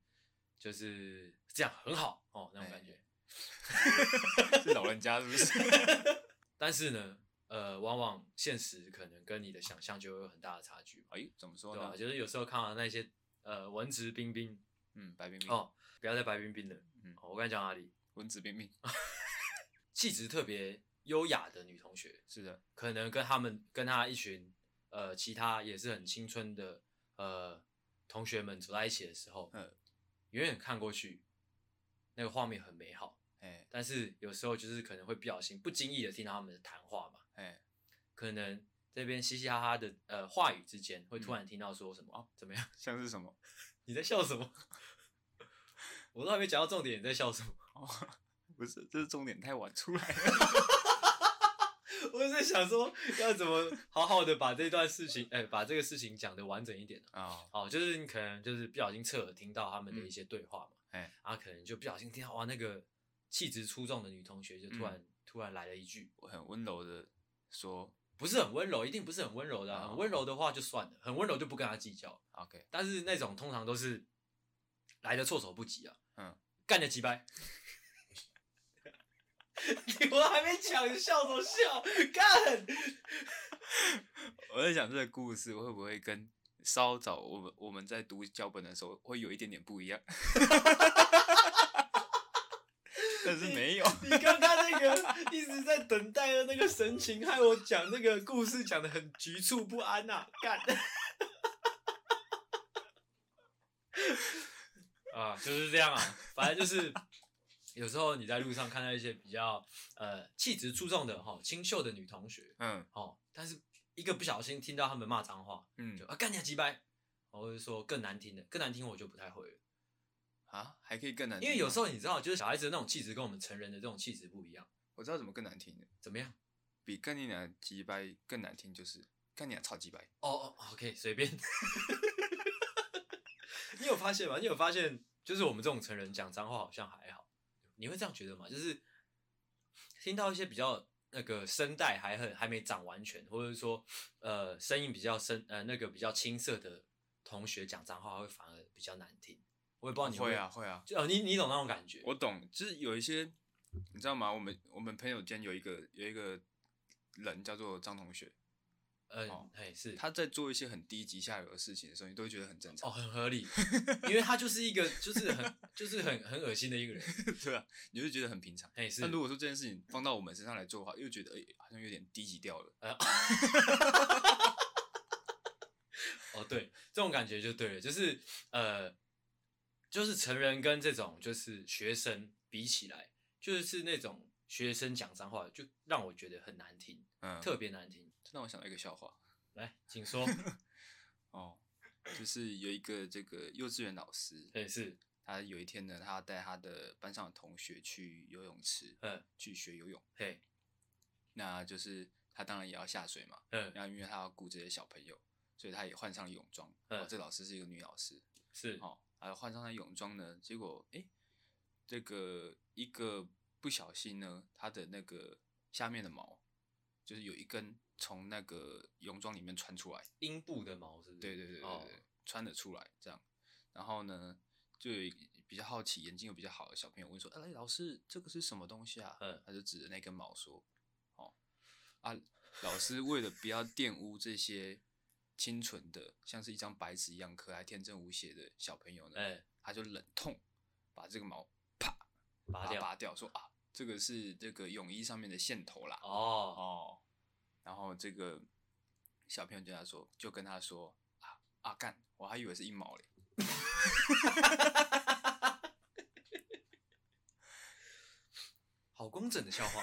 S1: 就是这样很好哦那种感觉，
S2: *laughs* 是老人家是不 *laughs* 是？
S1: 但是呢，呃，往往现实可能跟你的想象就会有很大的差距嘛，
S2: 哎，怎么说
S1: 对吧、啊
S2: 呢？
S1: 就是有时候看到那些呃文质彬彬
S2: 嗯，白冰冰，
S1: 哦，不要再白彬彬了，
S2: 嗯
S1: 哦我跟你讲哪里？
S2: 文质彬彬，
S1: 气质特别优雅的女同学，
S2: 是的，
S1: 可能跟他们跟她一群呃其他也是很青春的呃同学们走在一起的时候，
S2: 嗯，
S1: 远远看过去，那个画面很美好，
S2: 哎
S1: 但是有时候就是可能会不小心不经意的听到他们的谈话嘛，
S2: 哎，
S1: 可能这边嘻嘻哈哈的呃话语之间会
S2: 嗯
S1: 突然听到说什么、哦怎么样？
S2: 像是什么？
S1: 你在笑什么？ *laughs* 我都还没讲到重点，你在笑什么？ *laughs*
S2: 哦，不是，这是重点太晚出来了。
S1: 我在想说要怎么好好的把这段事情，哎、把这个事情讲的完整一点、啊、
S2: *laughs* 哦，
S1: 哦，就是你可能就是不小心侧耳听到他们的一些对话嘛，
S2: 哎
S1: 啊，可能就不小心听到哇，那个气质出众的女同学就突然、突然来了一句，
S2: 我很温柔的说
S1: 不是很温柔，一定不是很温柔的啊、
S2: 哦
S1: 很温柔的话就算了，很温柔就不跟他计较，
S2: ，OK，
S1: 但是那种通常都是来的措手不及啊，
S2: 嗯，
S1: 干的几掰。 *laughs* 你我还没讲，你笑什么笑？干！
S2: 我在想这个故事会不会跟稍早我们我们在读脚本的时候会有一点点不一样， *laughs* 但是没有，
S1: 你看他那个一直在等待的那个神情，害我讲那个故事讲的很局促不安呐、干。 *laughs* 啊，就是这样啊，反正就是有时候你在路上看到一些比较呃气质出众的哈、清秀的女同学
S2: 嗯
S1: 哦，但是一个不小心听到他们骂脏话，就
S2: 嗯
S1: 啊干你几掰，或者说更难听的，更难听我就不太会了，
S2: 啊，还可以更难听
S1: 因
S2: 吗，
S1: 为有时候你知道，就是小孩子的那种气质跟我们成人的这种气质不一样，
S2: 我知道怎么更难听的，
S1: 怎么样？
S2: 比干你俩鸡掰更难听，就是干你俩超鸡掰。
S1: 哦哦，OK，随便。 *laughs* 你有发现吗？你有发现，就是我们这种成人讲脏话好像还好，你会这样觉得吗？就是听到一些比较那个声带还很还没长完全，或者说呃声音比较深呃那个比较青涩的同学讲脏话，会反而比较难听。我也不知道你
S2: 会啊，会啊，
S1: 就，哦你你懂那种感觉？
S2: 我懂，就是有一些，你知道吗？我们我们朋友间有一个有一个人叫做张同学，
S1: 嗯
S2: 哦，
S1: 哎、是
S2: 他在做一些很低级下流的事情的时候，你都会觉得很正
S1: 哦
S2: 常，
S1: 很合理，因为他就是一个就是很就是很很恶心的一个人，
S2: *laughs* 对啊，你就觉得很平常。
S1: 哎、是
S2: 但。如果说这件事情放到我们身上来做的话，又觉得哎、好像有点低级掉了。
S1: 哦，对，这种感觉就对了，就是呃，就是成人跟这种就是学生比起来，就是那种学生讲脏话，就让我觉得很难听，
S2: 嗯，
S1: 特别难听。
S2: *laughs* 这让我想到一个笑话
S1: 来，请说。
S2: 哦，就是有一个这个幼稚园老师，
S1: 哎、是，
S2: 他有一天呢，他带他的班上的同学去游泳池
S1: 嗯，
S2: 去学游泳，
S1: 嘿，
S2: 那就是他当然也要下水嘛，
S1: 嗯，
S2: 然后因为他要顾这些小朋友，所以他也换上了泳装。哦
S1: 嗯，
S2: 这老师是一个女老师，
S1: 是，
S2: 哦，还有换上了泳装呢，结果哎、诶这个一个不小心呢，他的那个下面的毛，就是有一根从那个泳装里面穿出来，
S1: 阴部的毛是不是？
S2: 对对对对对，
S1: 哦
S2: 穿了出来这样。然后呢，就有一个比较好奇、眼睛又比较好的小朋友问说：“哎、老师，这个是什么东西啊？”
S1: 嗯
S2: 他就指着那根毛说：“哦，啊，老师为了不要玷污这些清纯的，像是一张白纸一样可爱、天真无邪的小朋友呢，
S1: 哎、
S2: 他就忍痛把这个毛
S1: 拔
S2: 把它
S1: 掉，
S2: 拔掉，说啊，这个是这个泳衣上面的线头啦。”
S1: 哦，
S2: 哦，然后这个小朋友就跟他说，就跟他说啊啊干，我还以为是一毛嘞。
S1: 好工整的笑
S2: *laughs*
S1: 话， *laughs*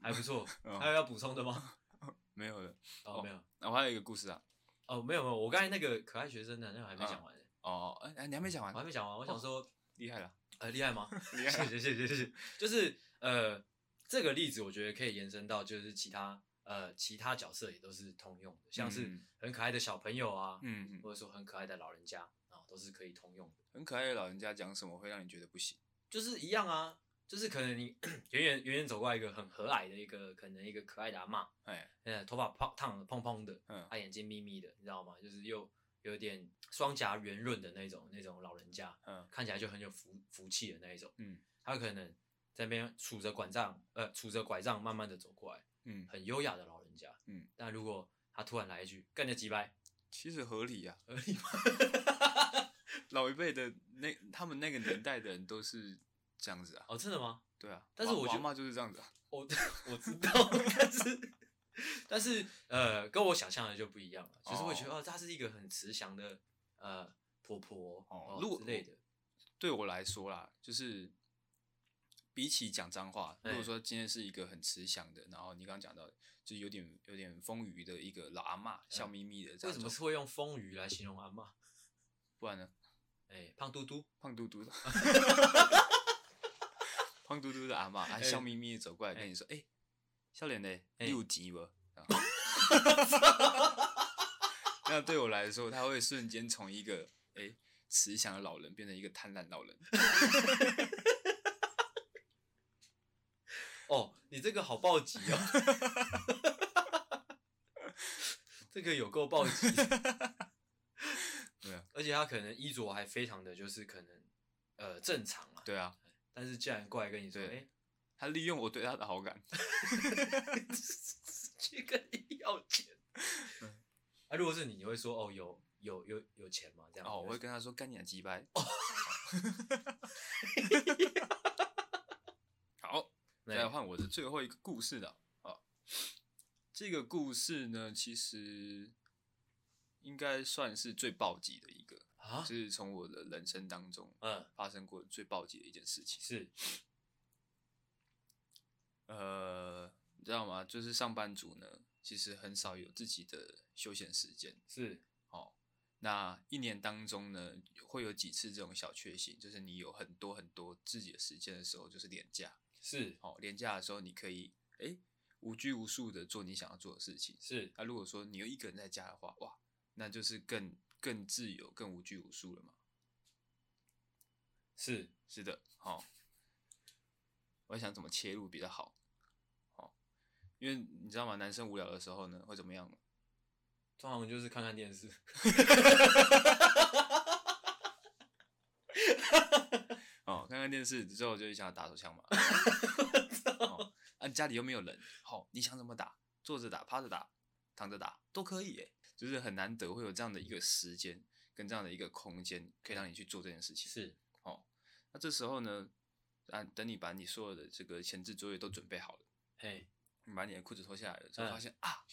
S1: 还不错。
S2: 嗯
S1: 还有要补充的
S2: *laughs*
S1: 吗？
S2: 没有了。
S1: 哦，
S2: 哦
S1: 没有，
S2: 然后还有一个故事啊。
S1: 哦，没有没有，我刚才那个可爱学生的那个还没讲完呢，欸
S2: 哦，哎、哎你还没讲
S1: 我还
S2: 完，
S1: 没讲完，我想说，
S2: 厉害了，
S1: 呃， *laughs* 厉害
S2: *laughs*
S1: 吗？
S2: 厉害了。
S1: 谢谢谢谢谢谢，就是呃，这个例子我觉得可以延伸到就是其他呃其他角色也都是通用的，像是
S2: 嗯
S1: 很可爱的小朋友啊，
S2: 嗯，嗯
S1: 或者说很可爱的老人家啊，都是可以通用的，
S2: 很可爱的老人家讲什么会让你觉得不行？
S1: 就是一样啊。就是可能你 *coughs* 远远远远走过来一个很和蔼的一个，可能一个可爱的阿嬷，
S2: 哎，
S1: 呃，头发泡烫的蓬蓬的，啊
S2: 嗯
S1: 她眼睛眯眯的，你知道吗？就是又有点双颊圆润的那种那种老人家，
S2: 嗯
S1: 看起来就很有福福气的那一种。
S2: 嗯
S1: 他可能在那边杵着拐杖，呃，杵着拐杖慢慢的走过来，
S2: 嗯，
S1: 很优雅的老人家。
S2: 嗯，
S1: 但如果他突然来一句“干你几百
S2: 其实合理呀、”，
S1: 合理吗？
S2: 啊。老一辈的那他们那个年代的人都是这样子啊。
S1: 哦，真的吗？
S2: 对啊，
S1: 但是我觉得
S2: 妈就是这样子啊。
S1: *laughs* 我我知道， *laughs* 但是但是呃，跟我想象的就不一样了，就是会觉得哦，她是一个很慈祥的呃婆婆
S2: 哦
S1: 哦
S2: 如果
S1: 之类的。
S2: 对我来说啦，就是比起讲脏话，
S1: 哎
S2: 如果说今天是一个很慈祥的，然后你刚刚讲到，就是有点有点风雨的一个老阿嬷，笑眯眯的这
S1: 哎为
S2: 样
S1: 什
S2: 走，
S1: 么是会用风雨来形容阿嬷？
S2: 不然呢？
S1: 哎、胖嘟嘟，
S2: 胖嘟
S1: *laughs*
S2: 嘟的，胖嘟嘟的阿嬷，啊，
S1: 哎
S2: 笑眯眯的走过来跟你说，哎、笑脸嘞，
S1: 哎
S2: 你有急不？这
S1: *laughs*
S2: 样那对我来说，他会瞬间从一个哎、慈祥的老人变成一个贪婪老人。
S1: 哦，你这个好暴击哦， *laughs* 这个有够暴击。 *laughs*
S2: 对啊，
S1: 而且他可能衣着还非常的就是可能呃正常啊，
S2: 对啊，
S1: 但是竟然过来跟你说，哎、
S2: 对他利用我对他的好感。
S1: 去跟你要钱。啊，如果是你，你会说哦，有有有有钱吗？这样
S2: 哦，我会跟他说干你的鸡掰。好，再来
S1: 那
S2: 换我的最后一个故事了。啊，这个故事呢，其实应该算是最暴击的一个，
S1: 啊，
S2: 就是从我的人生当中
S1: 嗯，
S2: 发生过最暴击的一件事情。
S1: 是，
S2: 呃，你知道吗？就是上班族呢，其实很少有自己的休闲时间。
S1: 是，
S2: 哦，那一年当中呢，会有几次这种小确幸，就是你有很多很多自己的时间的时候，就是廉价。
S1: 是，
S2: 哦，廉价的时候你可以诶、无拘无束的做你想要做的事情。
S1: 是，
S2: 那、如果说你又一个人在家的话，哇，那就是更更自由、更无拘无束了嘛。
S1: 是，
S2: 是的，好、我在想怎么切入比较好。哦，因为你知道吗？男生无聊的时候呢，会怎么样呢？
S1: 通常就是看看电视。
S2: 哦，看看电视之后就会想要打手
S1: *laughs*
S2: 枪嘛。哦，啊，家里又没有人，好、你想怎么打？坐着打、趴着打、躺着打都可以耶，就是很难得会有这样的一个时间跟这样的一个空间，可以让你去做这件事情。
S1: 是，
S2: 哦，那这时候呢，啊，等你把你所有的这个前置作业都准备好了，
S1: 嘿，
S2: 你把你的裤子脱下来了，之后
S1: 嗯
S2: 发现、啊，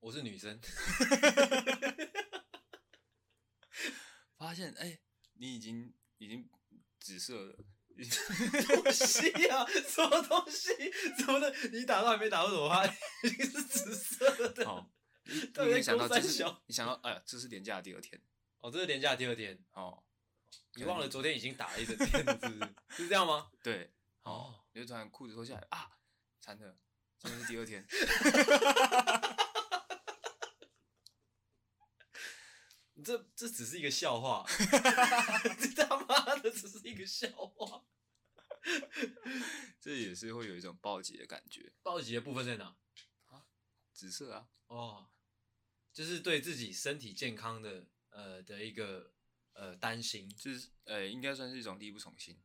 S1: 我是女生。
S2: 发现哎、你已经已经紫色
S1: *laughs*
S2: 了，已经
S1: 东西啊，什么东西？怎么的？你打到还没打到什么话？睛是紫色的。
S2: 哦，你
S1: 到
S2: 你
S1: 底在
S2: 没想到
S1: 攻
S2: 这
S1: 三
S2: 是
S1: 小
S2: 你想到哎呀，这是廉价的第二天
S1: 哦，这是连假第二天，
S2: 哦，
S1: 你忘了昨天已经打了一整天了，是不是？是这样吗？
S2: 对，
S1: *laughs* 哦，
S2: 你就突然裤子脱下来啊，惨了，今天是第二天， *laughs*
S1: 这这只是一个笑 *laughs* 话，这他妈的只是一个笑话。
S2: 这也是会有一种暴击的感觉，
S1: 报喜的部分在哪？
S2: 紫色啊，
S1: 哦，就是对自己身体健康的呃的一个呃担心。
S2: 就是呃，应该算是一种力不从心，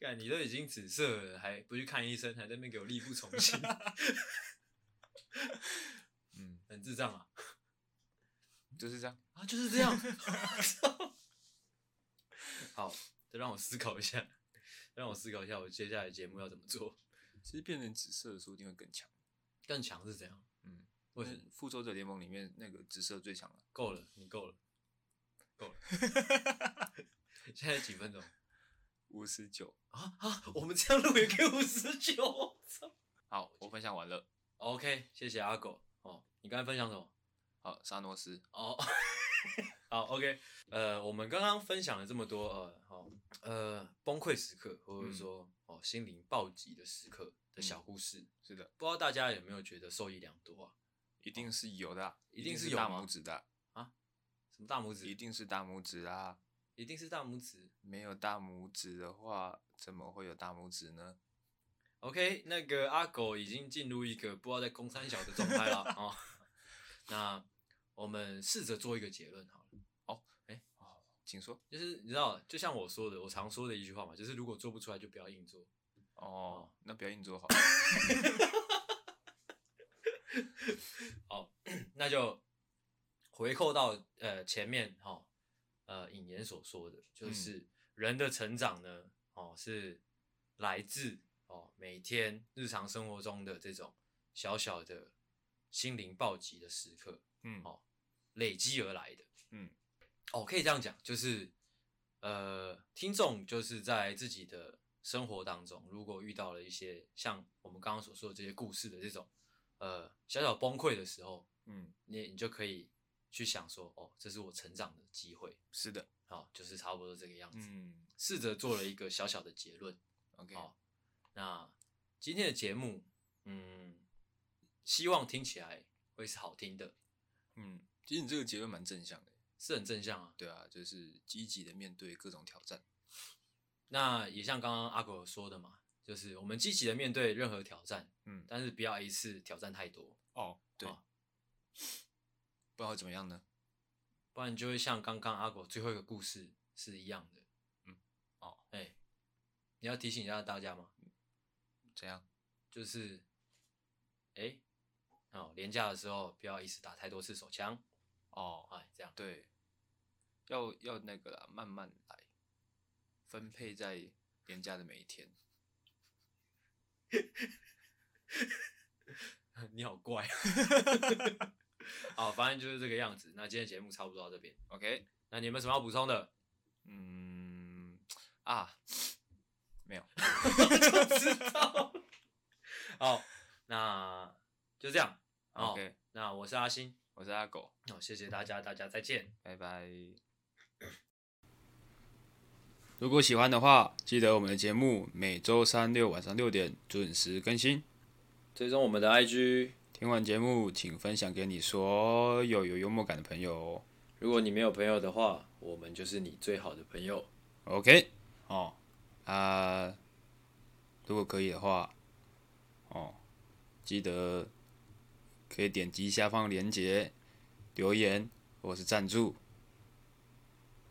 S1: 看你都已经紫色了，还不去看医生，还在那边给我力不从 *laughs* 心，
S2: 嗯，
S1: 很智障啊！
S2: 就是这样，
S1: 啊，就是这样。 *laughs* 好，再让我思考一下，再让我思考一下，我接下来节目要怎么做？
S2: 其实变成紫色的说不定会更强，
S1: 更强是怎样？
S2: 嗯，
S1: 为
S2: 那
S1: 什么？
S2: 复仇者联盟里面那个紫色最强了，
S1: 够了，你够了，够 *laughs* 了。现在几分钟
S2: 五十九，
S1: 啊啊！我们这样录也可以五十九，我操
S2: 好，我分享完了，
S1: OK，谢谢阿狗哦。你刚才分享什么？
S2: 好，沙诺斯，
S1: 哦， *laughs* 好，OK，呃，我们刚刚分享了这么多，呃，好、呃，崩溃时刻，或者
S2: 嗯
S1: 说、哦，心灵暴击的时刻的小故事，
S2: 是的，
S1: 不知道大家有没有觉得受益良多啊？
S2: 一定是有的啊，
S1: 一
S2: 一
S1: 定是
S2: 是
S1: 有
S2: 大
S1: 吗
S2: 拇指的啊，
S1: 什么大拇指？
S2: 一定是大拇指啊。
S1: 一定是大拇指。
S2: 没有大拇指的话，怎么会有大拇指呢？
S1: OK，那个阿狗已经进入一个不知道在攻三小的状态了哦。 *laughs* 那我们试着做一个结论好了，
S2: 哦，请说。
S1: 就是你知道，就像我说的，我常说的一句话嘛，就是如果做不出来就不要硬做。
S2: 哦，那不要硬做好。
S1: 好，那就回扣到呃前面哈、哦，呃引言所说的，就是人的成长呢，哦是来自哦每天日常生活中的这种小小的心灵暴击的时刻
S2: 嗯
S1: 好累积而来的。
S2: 嗯，
S1: 哦，可以这样讲，就是呃听众就是在自己的生活当中，如果遇到了一些像我们刚刚所说的这些故事的这种呃小小崩溃的时候，
S2: 嗯，
S1: 你你就可以去想说，哦，这是我成长的机会，
S2: 是的。
S1: 好、就是差不多这个样子。
S2: 嗯
S1: 试着做了一个小小的结论。
S2: ，OK，
S1: 好那今天的节目，嗯，希望听起来会是好听的，
S2: 嗯，其实你这个结论蛮正向的。
S1: 是很正向啊。
S2: 对啊，就是积极的面对各种挑战。
S1: 那也像刚刚阿狗说的嘛，就是我们积极的面对任何挑战，
S2: 嗯，
S1: 但是不要一次挑战太多，
S2: 哦，对，
S1: 好
S2: 不知道怎么样呢？
S1: 不然就会像刚刚阿狗最后一个故事是一样的。
S2: 嗯，哦，
S1: 哎、你要提醒一下大家吗？
S2: 怎样？
S1: 就是，哎、哦，廉价的时候不要一次打太多次手枪，
S2: 哦，
S1: 哎，这样
S2: 对，要要那个啦，慢慢来，分配在廉价的每一天。
S1: 你好怪、啊， *laughs* 好，反正就是这个样子。那今天节目差不多到这边，
S2: OK，
S1: 那你有没有什么要补充的？
S2: 嗯，啊，没有。
S1: 知道，好，那就这样。哦
S2: OK，
S1: 那我是阿星，
S2: 我是阿狗，
S1: 哦，谢谢大家，大家再见。
S2: 拜拜。如果喜欢的话，记得我们的节目每周三六晚上六点准时更新。
S1: 追踪我们的 IG，
S2: 听完节目，请分享给你所有有幽默感的朋友哦。
S1: 如果你没有朋友的话，我们就是你最好的朋友。
S2: OK，哦，啊、如果可以的话，哦，记得可以点击下方链接留言或是赞助，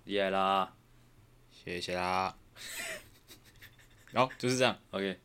S1: 厉害啦
S2: 谢谢啦。好、就是这样。
S1: ，OK。